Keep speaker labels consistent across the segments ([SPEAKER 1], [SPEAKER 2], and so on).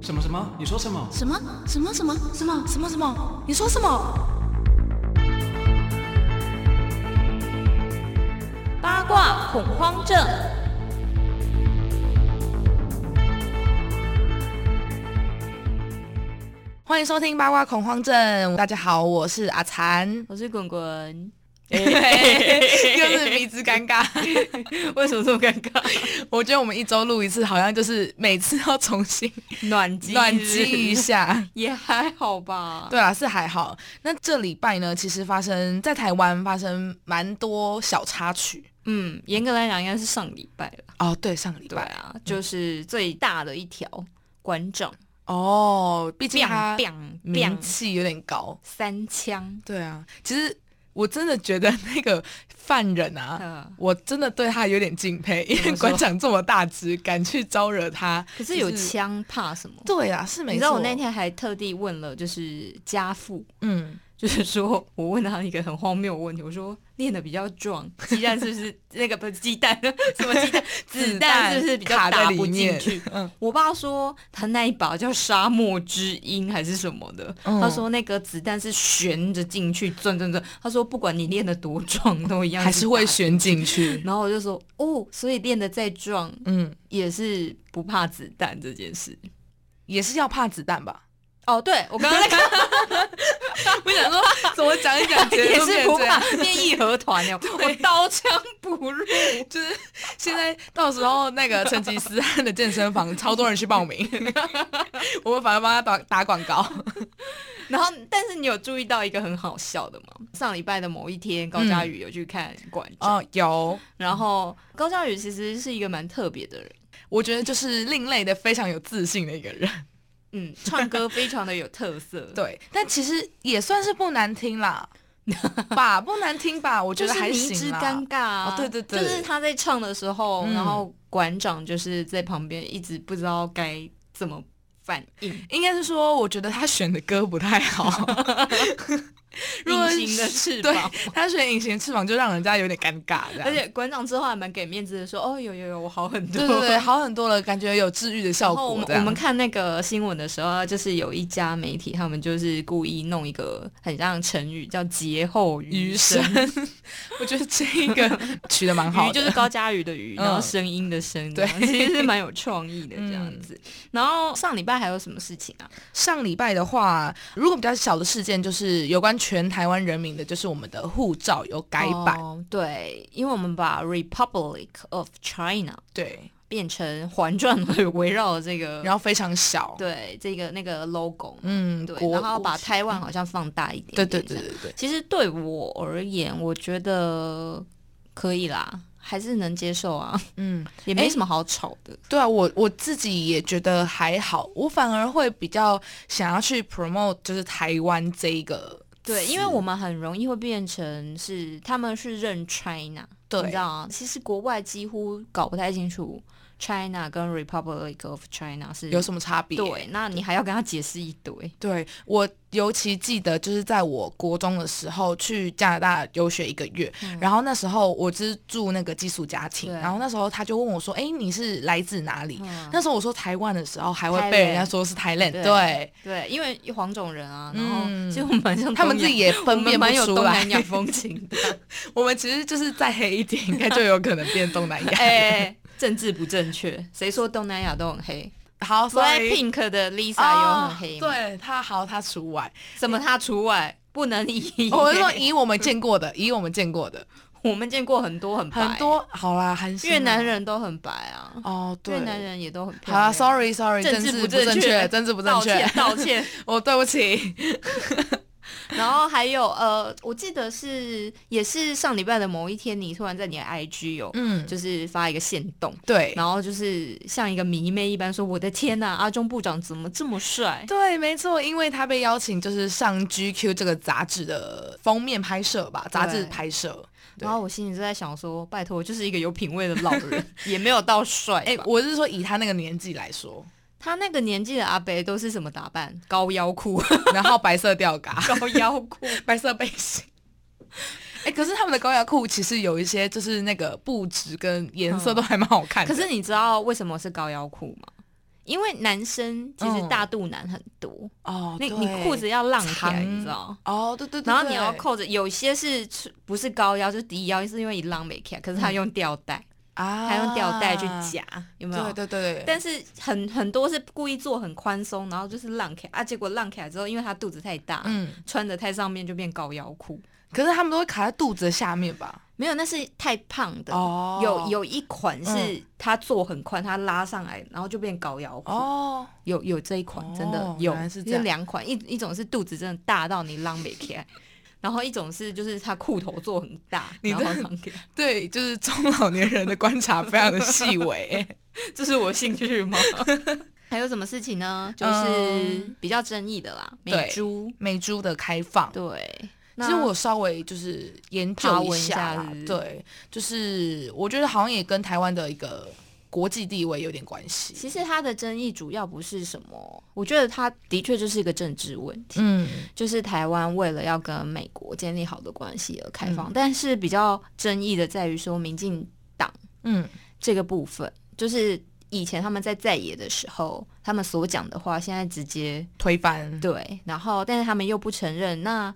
[SPEAKER 1] 什么什么？你说什么？
[SPEAKER 2] 什么什么什么什么什么什么？你说什么？
[SPEAKER 3] 八卦恐慌症。，
[SPEAKER 4] 欢迎收听八卦恐慌症，大家好，我是阿残
[SPEAKER 3] 我是滚滚，
[SPEAKER 4] 又是鼻子尴尬。
[SPEAKER 3] 为什么这么尴尬？
[SPEAKER 4] 我觉得我们一周录一次，好像就是每次要重新
[SPEAKER 3] 暖机，
[SPEAKER 4] 暖机一下。
[SPEAKER 3] 也还好吧。
[SPEAKER 4] 对啦，啊是还好。那这礼拜呢，其实发生在台湾发生蛮多小插曲
[SPEAKER 3] 嗯，严格来讲应该是上礼拜了。
[SPEAKER 4] 哦。对，上个礼
[SPEAKER 3] 对
[SPEAKER 4] 拜
[SPEAKER 3] 啊，就是最大的一条馆长
[SPEAKER 4] 哦，毕竟他
[SPEAKER 3] ，biang biang
[SPEAKER 4] 名
[SPEAKER 3] biang
[SPEAKER 4] 气有点高。
[SPEAKER 3] 三枪，
[SPEAKER 4] 对啊，其实我真的觉得那个犯人啊，
[SPEAKER 3] 嗯，
[SPEAKER 4] 我真的对他有点敬佩，因
[SPEAKER 3] 怎
[SPEAKER 4] 为
[SPEAKER 3] 么说
[SPEAKER 4] 馆长这么大只，敢去招惹他。
[SPEAKER 3] 可是有
[SPEAKER 4] 就是
[SPEAKER 3] 枪怕什么？
[SPEAKER 4] 对啊，是没错。
[SPEAKER 3] 你知道我那天还特地问了，就是家父，
[SPEAKER 4] 嗯，
[SPEAKER 3] 就是说我问他一个很荒谬的问题，我说练的比较壮，鸡蛋是不是那个不是鸡蛋什么鸡 蛋子弹是不是比较
[SPEAKER 4] 卡在
[SPEAKER 3] 打
[SPEAKER 4] 里
[SPEAKER 3] 不进
[SPEAKER 4] 面
[SPEAKER 3] 去？
[SPEAKER 4] 嗯
[SPEAKER 3] 我爸说他那一把叫沙漠之鹰还是什么的，
[SPEAKER 4] 嗯
[SPEAKER 3] 他说那个子弹是悬着进去转转转，他说不管你练得多壮都一样
[SPEAKER 4] 还是会
[SPEAKER 3] 打。
[SPEAKER 4] 旋进去。
[SPEAKER 3] 然后我就说哦，所以练得再壮
[SPEAKER 4] 嗯，
[SPEAKER 3] 也是不怕子弹这件事。
[SPEAKER 4] 也是要怕子弹吧？
[SPEAKER 3] 哦，对我刚刚在看。
[SPEAKER 4] 我想说，怎么讲一 讲，
[SPEAKER 3] 也
[SPEAKER 4] 结论
[SPEAKER 3] 是
[SPEAKER 4] 变
[SPEAKER 3] 不
[SPEAKER 4] 这样
[SPEAKER 3] 怕变义和团哦，我刀枪不入。
[SPEAKER 4] 就是现在到时候那个成吉思汗的健身房，超多人去报 名，我们反而帮他打打广告。
[SPEAKER 3] 然后，但是你有注意到一个很好笑的吗？上礼拜的某一天，高佳宇有去看馆长，
[SPEAKER 4] 嗯哦，有，
[SPEAKER 3] 然后高佳宇其实是一个蛮特别的人，
[SPEAKER 4] 我觉得就是另类的，非常有自信的一个人。
[SPEAKER 3] 嗯，唱歌非常的有特色，，
[SPEAKER 4] 对，但其实也算是不难听 啦，吧，不难听吧，我觉
[SPEAKER 3] 就
[SPEAKER 4] 得
[SPEAKER 3] 是
[SPEAKER 4] 还
[SPEAKER 3] 明
[SPEAKER 4] 行
[SPEAKER 3] 知
[SPEAKER 4] 啦。
[SPEAKER 3] 尴尬啊、
[SPEAKER 4] 哦对对对
[SPEAKER 3] 就是他在唱的时候，
[SPEAKER 4] 嗯
[SPEAKER 3] 然后馆长就是在旁边一直不知道该怎么反应，
[SPEAKER 4] 应该是说，我觉得他选的歌不太 好。如果
[SPEAKER 3] 隐形的翅
[SPEAKER 4] 对
[SPEAKER 3] 膀。
[SPEAKER 4] 他选《隐形的翅膀》就让人家有点尴尬这样，
[SPEAKER 3] 而且馆长之后还蛮给面子的，说：“哦，有有有，我好 很多。”
[SPEAKER 4] 对对对，好很多了，感觉有治愈的效
[SPEAKER 3] 然后我
[SPEAKER 4] 果
[SPEAKER 3] 们
[SPEAKER 4] 这
[SPEAKER 3] 我
[SPEAKER 4] 样。
[SPEAKER 3] 们看那个新闻的时候，就是有一家媒体，他们就是故意弄一个很像成语，叫“劫后余
[SPEAKER 4] 余
[SPEAKER 3] 生
[SPEAKER 4] 生， 我觉得这一个 取得蛮”，好
[SPEAKER 3] 余就
[SPEAKER 4] 的，
[SPEAKER 3] 是高佳瑜的瑜，
[SPEAKER 4] 嗯
[SPEAKER 3] 然后声音的声，
[SPEAKER 4] 对嗯
[SPEAKER 3] 这样其实是蛮有创意的这样子。然后上礼拜还有什么事情啊？
[SPEAKER 4] 上礼拜的话，如果比较小的事件，就是有关全台湾人民的，就是我们的护照有改版，
[SPEAKER 3] 哦对，因为我们把 Republic of China
[SPEAKER 4] 对，
[SPEAKER 3] 变成环转围围绕这个，
[SPEAKER 4] 然
[SPEAKER 3] 后
[SPEAKER 4] 后非常小，
[SPEAKER 3] 对这个那个 logo，嘛
[SPEAKER 4] 嗯，
[SPEAKER 3] 对，
[SPEAKER 4] 国
[SPEAKER 3] 然后把台湾好像放大一点
[SPEAKER 4] 对
[SPEAKER 3] 点，
[SPEAKER 4] 对对对对，
[SPEAKER 3] 其实对我而言，我觉得可以啦，还是能接受啊，
[SPEAKER 4] 嗯，
[SPEAKER 3] 也没什么好吵的。
[SPEAKER 4] 对啊，我我自己也觉得还好，我反而会比较想要去 promote 就是台湾这一个词，
[SPEAKER 3] 对，因为我们很容易会变成是他们是认 China，
[SPEAKER 4] 对
[SPEAKER 3] 你知道啊，其实国外几乎搞不太清楚 China 跟 Republic of China 是
[SPEAKER 4] 有什么差别？
[SPEAKER 3] 对，那你还要跟他解释一堆。
[SPEAKER 4] 对我尤其记得，就是在我国中的时候去加拿大游学一个月，然后那时候我是住那个寄宿家庭，
[SPEAKER 3] 嗯对
[SPEAKER 4] 然后那时候他就问我说：“哎，你是来自哪里？”
[SPEAKER 3] 嗯
[SPEAKER 4] 那时候我说台湾的时候，还会被人家说是 Thailand，
[SPEAKER 3] 对
[SPEAKER 4] 对
[SPEAKER 3] 对，因为黄种人啊，然后
[SPEAKER 4] 嗯
[SPEAKER 3] 其实我们蛮像
[SPEAKER 4] 他们
[SPEAKER 3] 东
[SPEAKER 4] 自己
[SPEAKER 3] 亚
[SPEAKER 4] 也
[SPEAKER 3] 我
[SPEAKER 4] 分
[SPEAKER 3] 们
[SPEAKER 4] 辨不
[SPEAKER 3] 蛮有
[SPEAKER 4] 出
[SPEAKER 3] 东
[SPEAKER 4] 来
[SPEAKER 3] 南。亚风情 的。
[SPEAKER 4] 我们其实就是再黑一点，应该就有可能变东南亚。
[SPEAKER 3] 哎，政治不正确，谁说东南亚都很黑？
[SPEAKER 4] 好
[SPEAKER 3] b l a c
[SPEAKER 4] ，sorry。
[SPEAKER 3] Pink 的 Lisa 有
[SPEAKER 4] 啊，
[SPEAKER 3] 很黑吗？，
[SPEAKER 4] 对他好，他除 外。
[SPEAKER 3] 什么她除外，不能 以。
[SPEAKER 4] 我是说，以我们见过的，以我们见过的
[SPEAKER 3] 我们见过很多很白
[SPEAKER 4] 很多，好啦，韩星 啊
[SPEAKER 3] 越南人都很白啊，
[SPEAKER 4] 哦，对，
[SPEAKER 3] 越南人也都很漂
[SPEAKER 4] 好
[SPEAKER 3] 亮。
[SPEAKER 4] 啦 s o r r y sorry，
[SPEAKER 3] 政
[SPEAKER 4] 治
[SPEAKER 3] 不
[SPEAKER 4] 正
[SPEAKER 3] 确，
[SPEAKER 4] 政治不正确，
[SPEAKER 3] 道歉道歉。
[SPEAKER 4] 我对不起。
[SPEAKER 3] 然后还有呃，我记得是也是上礼拜的某一天，你突然在你的 IG 有、
[SPEAKER 4] 嗯，
[SPEAKER 3] 就是发一个线动，
[SPEAKER 4] 对，
[SPEAKER 3] 然后就是像一个迷妹一般说：“我的天呐，阿中部长怎么这么帅
[SPEAKER 4] 对，没错，因为他被邀请就是上 GQ 这个杂志的封面拍摄吧，杂志
[SPEAKER 3] 对
[SPEAKER 4] 拍摄。？”对
[SPEAKER 3] 然后我心里就在想说：“拜托，就是一个有品味的老人， 也没有到帅吧。
[SPEAKER 4] 哎，我是说以他那个年纪 来说，
[SPEAKER 3] 他那个年纪的阿伯都是什么打扮？高腰裤，、
[SPEAKER 4] 然后白色吊嘎
[SPEAKER 3] 高腰 裤。
[SPEAKER 4] 白色背心。哎，可是他们的高腰裤其实有一些就是那个布质跟颜色都还蛮好看的。
[SPEAKER 3] 可是你知道为什么是高腰裤吗？因为男生其实
[SPEAKER 4] 嗯
[SPEAKER 3] 大肚腩很多，
[SPEAKER 4] 哦，
[SPEAKER 3] 那
[SPEAKER 4] 对
[SPEAKER 3] 你裤子要浪起来，
[SPEAKER 4] 长
[SPEAKER 3] 你知道。
[SPEAKER 4] 哦，对对对，
[SPEAKER 3] 然后你要
[SPEAKER 4] 对
[SPEAKER 3] 扣着，有些是不是高腰，就是低腰，是因为你浪没开，可是他用吊带，
[SPEAKER 4] 啊，
[SPEAKER 3] 他用吊带去，夹，有没有？
[SPEAKER 4] 对对对，
[SPEAKER 3] 但是很很多是故意做很宽松，然后就是浪开啊，结果浪开之后，因为他肚子太大，
[SPEAKER 4] 嗯，
[SPEAKER 3] 穿的太上面就变高腰裤。
[SPEAKER 4] 可是他们都会卡在肚子的下面吧？
[SPEAKER 3] 没有，那是太胖的。
[SPEAKER 4] 哦
[SPEAKER 3] 有有一款是
[SPEAKER 4] 嗯
[SPEAKER 3] 它做很宽，它拉上来，然后就变高腰裤。
[SPEAKER 4] 哦，
[SPEAKER 3] 有有这一款
[SPEAKER 4] 哦
[SPEAKER 3] 真的有，
[SPEAKER 4] 原来是这
[SPEAKER 3] 就
[SPEAKER 4] 样
[SPEAKER 3] 两款，一一种是肚子真的大到你浪没开， 然后一种是就是它裤头做很大，
[SPEAKER 4] 你
[SPEAKER 3] 然后
[SPEAKER 4] 这
[SPEAKER 3] 浪开。
[SPEAKER 4] 对，就是中老年人的观察非常的细微。
[SPEAKER 3] 这是我兴趣吗？还有什么事情呢？就是
[SPEAKER 4] 嗯
[SPEAKER 3] 比较争议的啦，
[SPEAKER 4] 对
[SPEAKER 3] 美珠。
[SPEAKER 4] 美珠的开放，
[SPEAKER 3] 对，
[SPEAKER 4] 其
[SPEAKER 3] 那
[SPEAKER 4] 实我稍微就是研
[SPEAKER 3] 爬
[SPEAKER 4] 究
[SPEAKER 3] 文一
[SPEAKER 4] 下
[SPEAKER 3] 下
[SPEAKER 4] 啦
[SPEAKER 3] 是不是
[SPEAKER 4] 对，就是我觉得好像也跟台湾的一个国际地位有点关系。
[SPEAKER 3] 其实它的争议主要不是什么，我觉得它的确就是一个政治问题。
[SPEAKER 4] 嗯，
[SPEAKER 3] 就是台湾为了要跟美国建立好的关系而开放，但是比较争议的在于说民进
[SPEAKER 4] 嗯，
[SPEAKER 3] 这个部分，就是以前他们在在野的时候，他们所讲的话，现在直接
[SPEAKER 4] 推翻，
[SPEAKER 3] 对，然后但是他们又不承认。那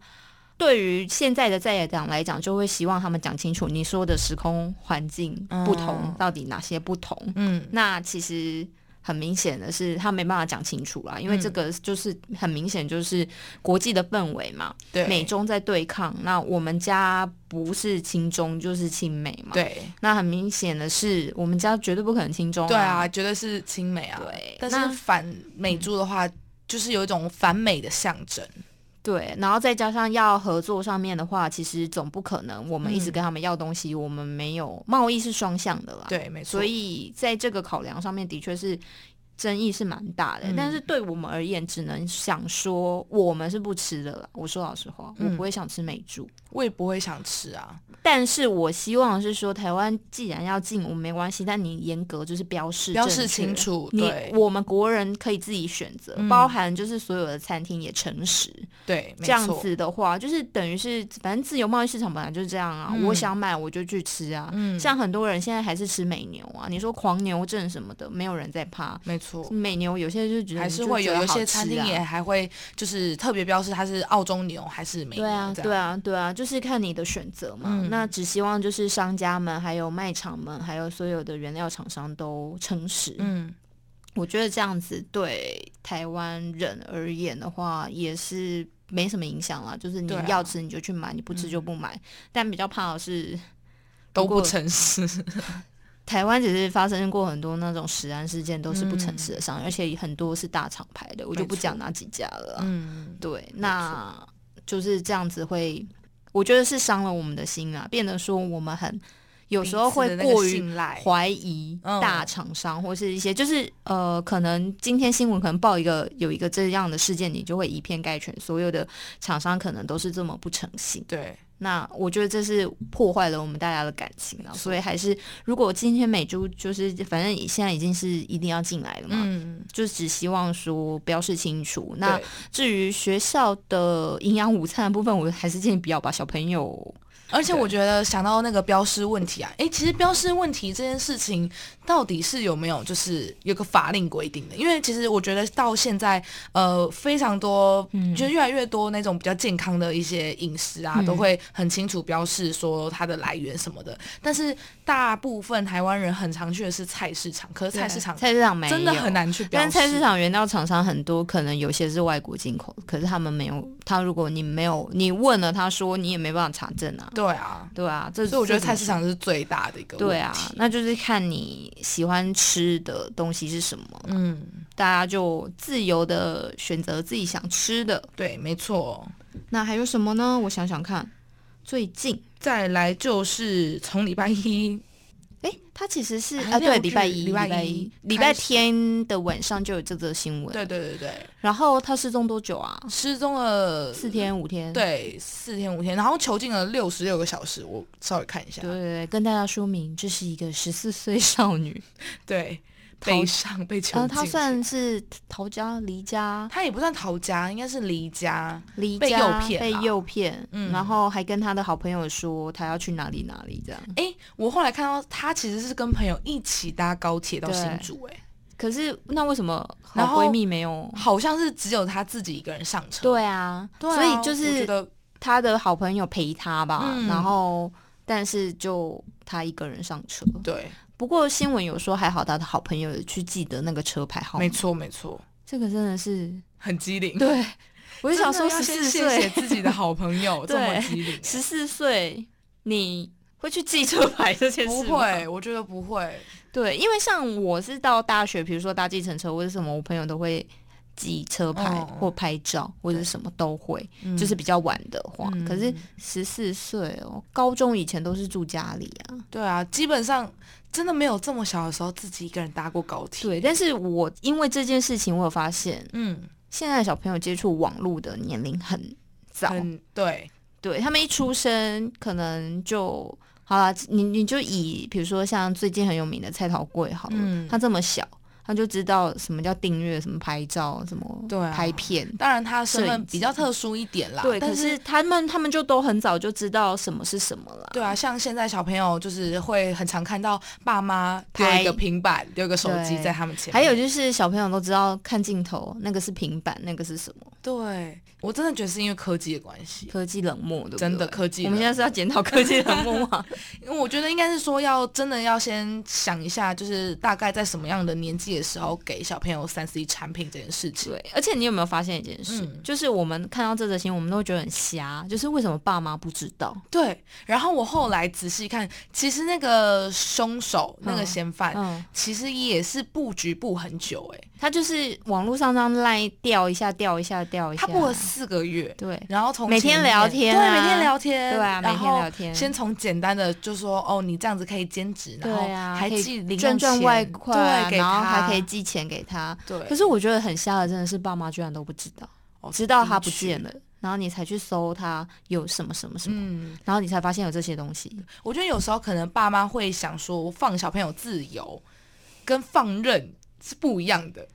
[SPEAKER 3] 对于现在的在野党来讲，就会希望他们讲清楚你说的时空环境不同，
[SPEAKER 4] 嗯
[SPEAKER 3] 到底哪些不同。
[SPEAKER 4] 嗯，
[SPEAKER 3] 那其实很明显的是，他没办法讲清楚啦，因为
[SPEAKER 4] 嗯
[SPEAKER 3] 这个就是很明显就是国际的氛围嘛，
[SPEAKER 4] 对，
[SPEAKER 3] 美中在对抗。那我们家不是亲中就是亲美嘛，。
[SPEAKER 4] 对
[SPEAKER 3] 那很明显的是，我们家绝对不可能亲中、
[SPEAKER 4] 对啊，，绝对是亲美啊。
[SPEAKER 3] 哦对
[SPEAKER 4] 但
[SPEAKER 3] 那
[SPEAKER 4] 是反美珠的话，就是有一种反美的象征。
[SPEAKER 3] 对。然后再加上要合作上面的话，其实总不可能我们
[SPEAKER 4] 嗯
[SPEAKER 3] 一直跟他们要东西，我们没有贸易是双向的啦。，
[SPEAKER 4] 对，没错。
[SPEAKER 3] 所以在这个考量上面，的确是。争议是蛮大的、
[SPEAKER 4] 嗯
[SPEAKER 3] 但是对我们而言，只能想说我们是不吃的啦。我说老实话，我
[SPEAKER 4] 嗯
[SPEAKER 3] 不会想吃美猪，
[SPEAKER 4] 我也不会想吃啊。
[SPEAKER 3] 但是我希望是说，台湾既然要进，我们没关系，但你严格就是标示
[SPEAKER 4] 标
[SPEAKER 3] 正
[SPEAKER 4] 示
[SPEAKER 3] 确
[SPEAKER 4] 清楚，
[SPEAKER 3] 你
[SPEAKER 4] 对
[SPEAKER 3] 我们国人可以自己选择，
[SPEAKER 4] 嗯
[SPEAKER 3] 包含就是所有的餐厅也诚实。
[SPEAKER 4] 对，没
[SPEAKER 3] 这样
[SPEAKER 4] 错，
[SPEAKER 3] 子的话，就是等于是反正自由贸易市场本来就是这样啊，
[SPEAKER 4] 嗯
[SPEAKER 3] 我想买我就去吃啊。
[SPEAKER 4] 嗯，
[SPEAKER 3] 像很多人现在还是吃美牛啊，你说狂牛症什么的，没有人在怕。
[SPEAKER 4] 没错。
[SPEAKER 3] 美牛有些嗯就觉得啊
[SPEAKER 4] 还是会有有些餐厅也
[SPEAKER 3] 也
[SPEAKER 4] 还会就是特别标示它是澳洲牛还是美牛
[SPEAKER 3] 对啊，
[SPEAKER 4] 这
[SPEAKER 3] 对
[SPEAKER 4] 样
[SPEAKER 3] 啊，对啊，就是看你的选择嘛。
[SPEAKER 4] 嗯
[SPEAKER 3] 那只希望就是商家们、还有卖场们、还有所有的原料厂商都诚实。
[SPEAKER 4] 嗯，
[SPEAKER 3] 我觉得这样子对台湾人而言的话，也是没什么影响啦。就是你
[SPEAKER 4] 对啊嗯
[SPEAKER 3] 要吃你就去买，你不吃就不买。但比较怕的是，
[SPEAKER 4] 都
[SPEAKER 3] 不
[SPEAKER 4] 不
[SPEAKER 3] 过
[SPEAKER 4] 诚实，
[SPEAKER 3] 台湾只是发生过很多那种食安事件，都是不诚实的商人，而且很多是大厂牌的，我就不
[SPEAKER 4] 嗯没错
[SPEAKER 3] 讲哪几家了啊。
[SPEAKER 4] 嗯，
[SPEAKER 3] 对，那就是这样子会，我觉得是伤了我们的心啊，变得说我们很有时候会
[SPEAKER 4] 彼此的那个
[SPEAKER 3] 过于
[SPEAKER 4] 信赖，
[SPEAKER 3] 怀疑
[SPEAKER 4] 嗯
[SPEAKER 3] 大厂商或是一些，就是呃，可能今天新闻可能报一个有一个这样的事件，你就会以偏概全，所有的厂商可能都是这么不诚信。
[SPEAKER 4] 对，
[SPEAKER 3] 那我觉得这是破坏了我们大家的感情了，
[SPEAKER 4] 错
[SPEAKER 3] 所以还是如果今天美珠就是反正现在已经是一定要进来了嘛。
[SPEAKER 4] 嗯，
[SPEAKER 3] 就只希望说标示清楚。那
[SPEAKER 4] 对
[SPEAKER 3] 至于学校的营养午餐的部分，我还是建议不要把小朋友
[SPEAKER 4] 而且我觉得想到那个标识问题啊，诶，其实标识问题这件事情到底是有没有就是有个法令规定的？因为其实我觉得到现在，呃，非常多，就是越来越多那种比较健康的一些饮食啊，
[SPEAKER 3] 嗯
[SPEAKER 4] 都会很清楚标示说它的来源什么的。但是大部分台湾人很常去的是菜市场，可是菜市场
[SPEAKER 3] 菜市场没有
[SPEAKER 4] 真的很难去标
[SPEAKER 3] 但
[SPEAKER 4] 示，
[SPEAKER 3] 菜市场原料厂商很多，可能有些是外国进口，可是他们没有。他如果你没有，你问了他说，你也没办法查证啊。
[SPEAKER 4] 对啊，
[SPEAKER 3] 对啊，这
[SPEAKER 4] 所以我觉得菜市
[SPEAKER 3] 这怎么
[SPEAKER 4] 场是最大的一个
[SPEAKER 3] 说对
[SPEAKER 4] 问
[SPEAKER 3] 啊
[SPEAKER 4] 题，。
[SPEAKER 3] 那就是看你喜欢吃的东西是什么，
[SPEAKER 4] 嗯，
[SPEAKER 3] 大家就自由的选择自己想吃的。
[SPEAKER 4] 对，没错。
[SPEAKER 3] 那还有什么呢？我想想看，最近
[SPEAKER 4] 再来就是从礼 拜一，
[SPEAKER 3] 哎，它其实是
[SPEAKER 4] 啊
[SPEAKER 3] 啊，
[SPEAKER 4] 六
[SPEAKER 3] 对，
[SPEAKER 4] 日
[SPEAKER 3] 礼拜一，
[SPEAKER 4] 礼拜
[SPEAKER 3] 一，
[SPEAKER 4] 一开始
[SPEAKER 3] 礼拜天的晚上就有这则新闻。
[SPEAKER 4] 对对对对，
[SPEAKER 3] 然后他失踪多久啊？
[SPEAKER 4] 失踪了
[SPEAKER 3] 四天五天？
[SPEAKER 4] 对四天五天，然后囚禁了六十六个小时，我稍微看一下，
[SPEAKER 3] 对对对，跟大家说明，这是一个十四岁少 女，
[SPEAKER 4] 对，
[SPEAKER 3] 逃
[SPEAKER 4] 悲伤被囚禁
[SPEAKER 3] 呃，
[SPEAKER 4] 了，
[SPEAKER 3] 她算是逃家、离家、
[SPEAKER 4] 他也不算逃家，应该是离家，
[SPEAKER 3] 离
[SPEAKER 4] 被
[SPEAKER 3] 家
[SPEAKER 4] 诱骗
[SPEAKER 3] 被
[SPEAKER 4] 啦
[SPEAKER 3] 诱骗，
[SPEAKER 4] 嗯
[SPEAKER 3] 然后还跟她的好朋友说她要去哪里
[SPEAKER 4] 嗯
[SPEAKER 3] 哪里这样。
[SPEAKER 4] 诶，我后来看到他其实是跟朋友一起搭高铁到
[SPEAKER 3] 对
[SPEAKER 4] 新竹、诶，
[SPEAKER 3] 可是那为什么好
[SPEAKER 4] 然后
[SPEAKER 3] 闺蜜没 有？
[SPEAKER 4] 好像是只有他自己一个人上车。
[SPEAKER 3] 对啊，
[SPEAKER 4] 对啊，
[SPEAKER 3] 所以就
[SPEAKER 4] 我觉
[SPEAKER 3] 是
[SPEAKER 4] 得
[SPEAKER 3] 他的好朋友陪他吧，
[SPEAKER 4] 嗯
[SPEAKER 3] 然后但是就他一个人上车。
[SPEAKER 4] 对，
[SPEAKER 3] 不过新闻有说还好他的好朋友有去记得那个车牌号码
[SPEAKER 4] 没，错没错，
[SPEAKER 3] 这个真的 是
[SPEAKER 4] 很机灵。
[SPEAKER 3] 对，我
[SPEAKER 4] 我
[SPEAKER 3] 就想说十四岁，
[SPEAKER 4] 自己的好 朋友这么
[SPEAKER 3] 对
[SPEAKER 4] 机灵，
[SPEAKER 3] 十四岁你会去记车牌这件
[SPEAKER 4] 不
[SPEAKER 3] 事？，
[SPEAKER 4] 会，我觉得不会。
[SPEAKER 3] 对，因为像我是到大学，比如说搭计程车或者什么，我朋友都会记车牌
[SPEAKER 4] 哦
[SPEAKER 3] 或拍照或者什么都会，
[SPEAKER 4] 嗯
[SPEAKER 3] 就是比较晚的话。
[SPEAKER 4] 嗯
[SPEAKER 3] 可是十四岁哦，高中以前都是住家里啊。
[SPEAKER 4] 对啊，基本上真的没有这么小的时候自己一个人搭过高铁。
[SPEAKER 3] 对，但是我因为这件事情，我有发现
[SPEAKER 4] 嗯，
[SPEAKER 3] 现在的小朋友接触网络的年龄很早，
[SPEAKER 4] 很对，
[SPEAKER 3] 对他们一出生可能就好啦，你你就以比如说像最近很有名的蔡桃贵好了，
[SPEAKER 4] 嗯
[SPEAKER 3] 他这么小，他就知道什么叫订阅、什么拍照、什么
[SPEAKER 4] 对啊
[SPEAKER 3] 拍片。
[SPEAKER 4] 当然他的身
[SPEAKER 3] 摄影
[SPEAKER 4] 份
[SPEAKER 3] 机
[SPEAKER 4] 比较特殊一点啦。
[SPEAKER 3] 对，
[SPEAKER 4] 但
[SPEAKER 3] 可是他们他们就都很早就知道什么是什么了。
[SPEAKER 4] 对啊，像现在小朋友就是会很常看到爸妈丢
[SPEAKER 3] 拍
[SPEAKER 4] 一个平板、丢一个手机
[SPEAKER 3] 对
[SPEAKER 4] 在他们前面。
[SPEAKER 3] 还有就是小朋友都知道看镜头，那个是平板，那个是什么？
[SPEAKER 4] 对我真的觉得是因为科技的关系，
[SPEAKER 3] 科技冷漠，对不对？
[SPEAKER 4] 真的科
[SPEAKER 3] 我
[SPEAKER 4] 技冷
[SPEAKER 3] 们
[SPEAKER 4] 漠
[SPEAKER 3] 现在是要检讨科技冷漠吗？
[SPEAKER 4] 因为我觉得应该是说要真的要先想一下，就是大概在什么样的年纪的时候给小朋友三 C 产品这件事情。
[SPEAKER 3] 对，而且你有没有发现一件事，
[SPEAKER 4] 嗯
[SPEAKER 3] 就是我们看到这则新闻，我们都会觉得很瞎，就是为什么爸妈不知道？
[SPEAKER 4] 对，然后我后来仔细看，其实那个凶手、那个
[SPEAKER 3] 嗯
[SPEAKER 4] 嫌犯，
[SPEAKER 3] 嗯，
[SPEAKER 4] 其实也是布局布很久、欸，
[SPEAKER 3] 他就是网络上这样赖掉一下，掉一下，掉一下。
[SPEAKER 4] 他布了四个月，
[SPEAKER 3] 对
[SPEAKER 4] 然后从
[SPEAKER 3] 每天
[SPEAKER 4] 前面
[SPEAKER 3] 聊天啊
[SPEAKER 4] 对，每天聊天，
[SPEAKER 3] 对啊每天
[SPEAKER 4] 然后
[SPEAKER 3] 聊天
[SPEAKER 4] 先从简单的就说哦，你这样子可以兼职，
[SPEAKER 3] 对
[SPEAKER 4] 然后
[SPEAKER 3] 啊，
[SPEAKER 4] 还
[SPEAKER 3] 可以
[SPEAKER 4] 寄零用
[SPEAKER 3] 赚赚
[SPEAKER 4] 钱
[SPEAKER 3] 外快啊，
[SPEAKER 4] 对，给
[SPEAKER 3] 然后
[SPEAKER 4] 他
[SPEAKER 3] 还可以寄钱给他。
[SPEAKER 4] 对，
[SPEAKER 3] 可是我觉得很瞎的，真的是爸妈居然都不知道，
[SPEAKER 4] 哦
[SPEAKER 3] 直到他不见，
[SPEAKER 4] 的确
[SPEAKER 3] 了，然后你才去搜他有什么什么什么，
[SPEAKER 4] 嗯，
[SPEAKER 3] 然后你才发现有这些东西。
[SPEAKER 4] 我觉得有时候可能爸妈会想说，放小朋友自由跟放任是不一样的。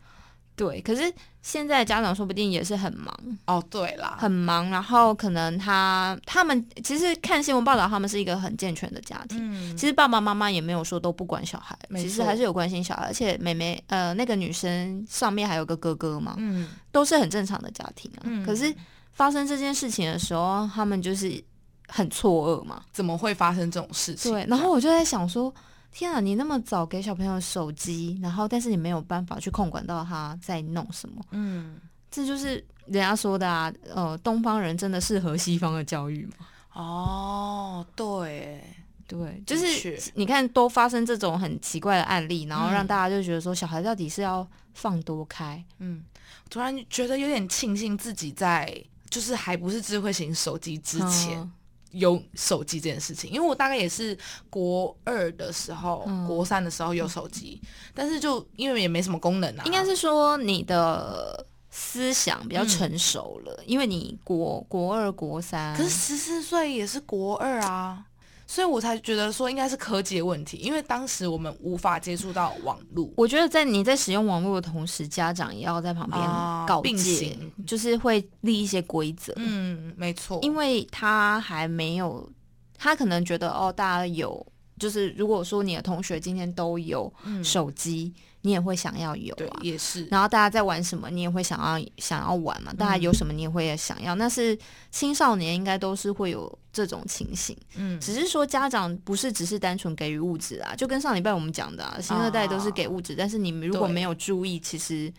[SPEAKER 3] 对，可是现在的家长说不定也是很忙，
[SPEAKER 4] 哦，对啦，
[SPEAKER 3] 很忙，然后可能他他们其实看新闻报道，他们是一个很健全的家庭。
[SPEAKER 4] 嗯，
[SPEAKER 3] 其实爸爸妈妈也没有说都不管小孩，
[SPEAKER 4] 没
[SPEAKER 3] 其
[SPEAKER 4] 错
[SPEAKER 3] 实还是有关心小孩，而且妹妹呃那个女生上面还有个哥哥嘛，
[SPEAKER 4] 嗯，
[SPEAKER 3] 都是很正常的家庭啊。
[SPEAKER 4] 嗯
[SPEAKER 3] 可是发生这件事情的时候，他们就是很错愕嘛。
[SPEAKER 4] 怎么会发生这种事情？
[SPEAKER 3] 对，然后我就在想说，天啊，你那么早给小朋友手机，然后但是你没有办法去控管到他在弄什么，
[SPEAKER 4] 嗯，
[SPEAKER 3] 这就是人家说的啊，呃，东方人真的适合西方的教育嘛。
[SPEAKER 4] 哦，对，
[SPEAKER 3] 对，就
[SPEAKER 4] 的
[SPEAKER 3] 是
[SPEAKER 4] 确
[SPEAKER 3] 你看，都发生这种很奇怪的案例，然后让
[SPEAKER 4] 嗯
[SPEAKER 3] 大家就觉得说，小孩到底是要放多开？
[SPEAKER 4] 嗯，突然觉得有点庆幸自己在。就是还不是智慧型手机之前
[SPEAKER 3] 嗯
[SPEAKER 4] 有手机这件事情，因为我大概也是国二的时候、
[SPEAKER 3] 嗯
[SPEAKER 4] 国三的时候有手机，但是就因为也没什么功能啊，
[SPEAKER 3] 应该是说你的思想
[SPEAKER 4] 嗯
[SPEAKER 3] 比较成熟了，因为你国国二、国三，
[SPEAKER 4] 可是十四岁也是国二啊，所以我才觉得说应该是科技的问题，因为当时我们无法接触到网络。
[SPEAKER 3] 我觉得在你在使用网络的同时，家长也要在旁边
[SPEAKER 4] 啊
[SPEAKER 3] 告
[SPEAKER 4] 并
[SPEAKER 3] 诫，
[SPEAKER 4] 行
[SPEAKER 3] 就是会立一些规则，
[SPEAKER 4] 嗯，没错，
[SPEAKER 3] 因为他还没有，他可能觉得哦，大家有。就是如果说你的同学今天都有
[SPEAKER 4] 嗯
[SPEAKER 3] 手机，你也会想要有
[SPEAKER 4] 对
[SPEAKER 3] 啊。
[SPEAKER 4] 也是，
[SPEAKER 3] 然后大家在玩什么，你也会想要想要玩
[SPEAKER 4] 嗯
[SPEAKER 3] 嘛？大家有什么你也会想要。那是青少年应该都是会有这种情形，
[SPEAKER 4] 嗯，
[SPEAKER 3] 只是说家长不是只是单纯给予物质啊，就跟上礼拜我们讲的、啊，新二代都是给物质，但是你如果
[SPEAKER 4] 对
[SPEAKER 3] 没有注意，其实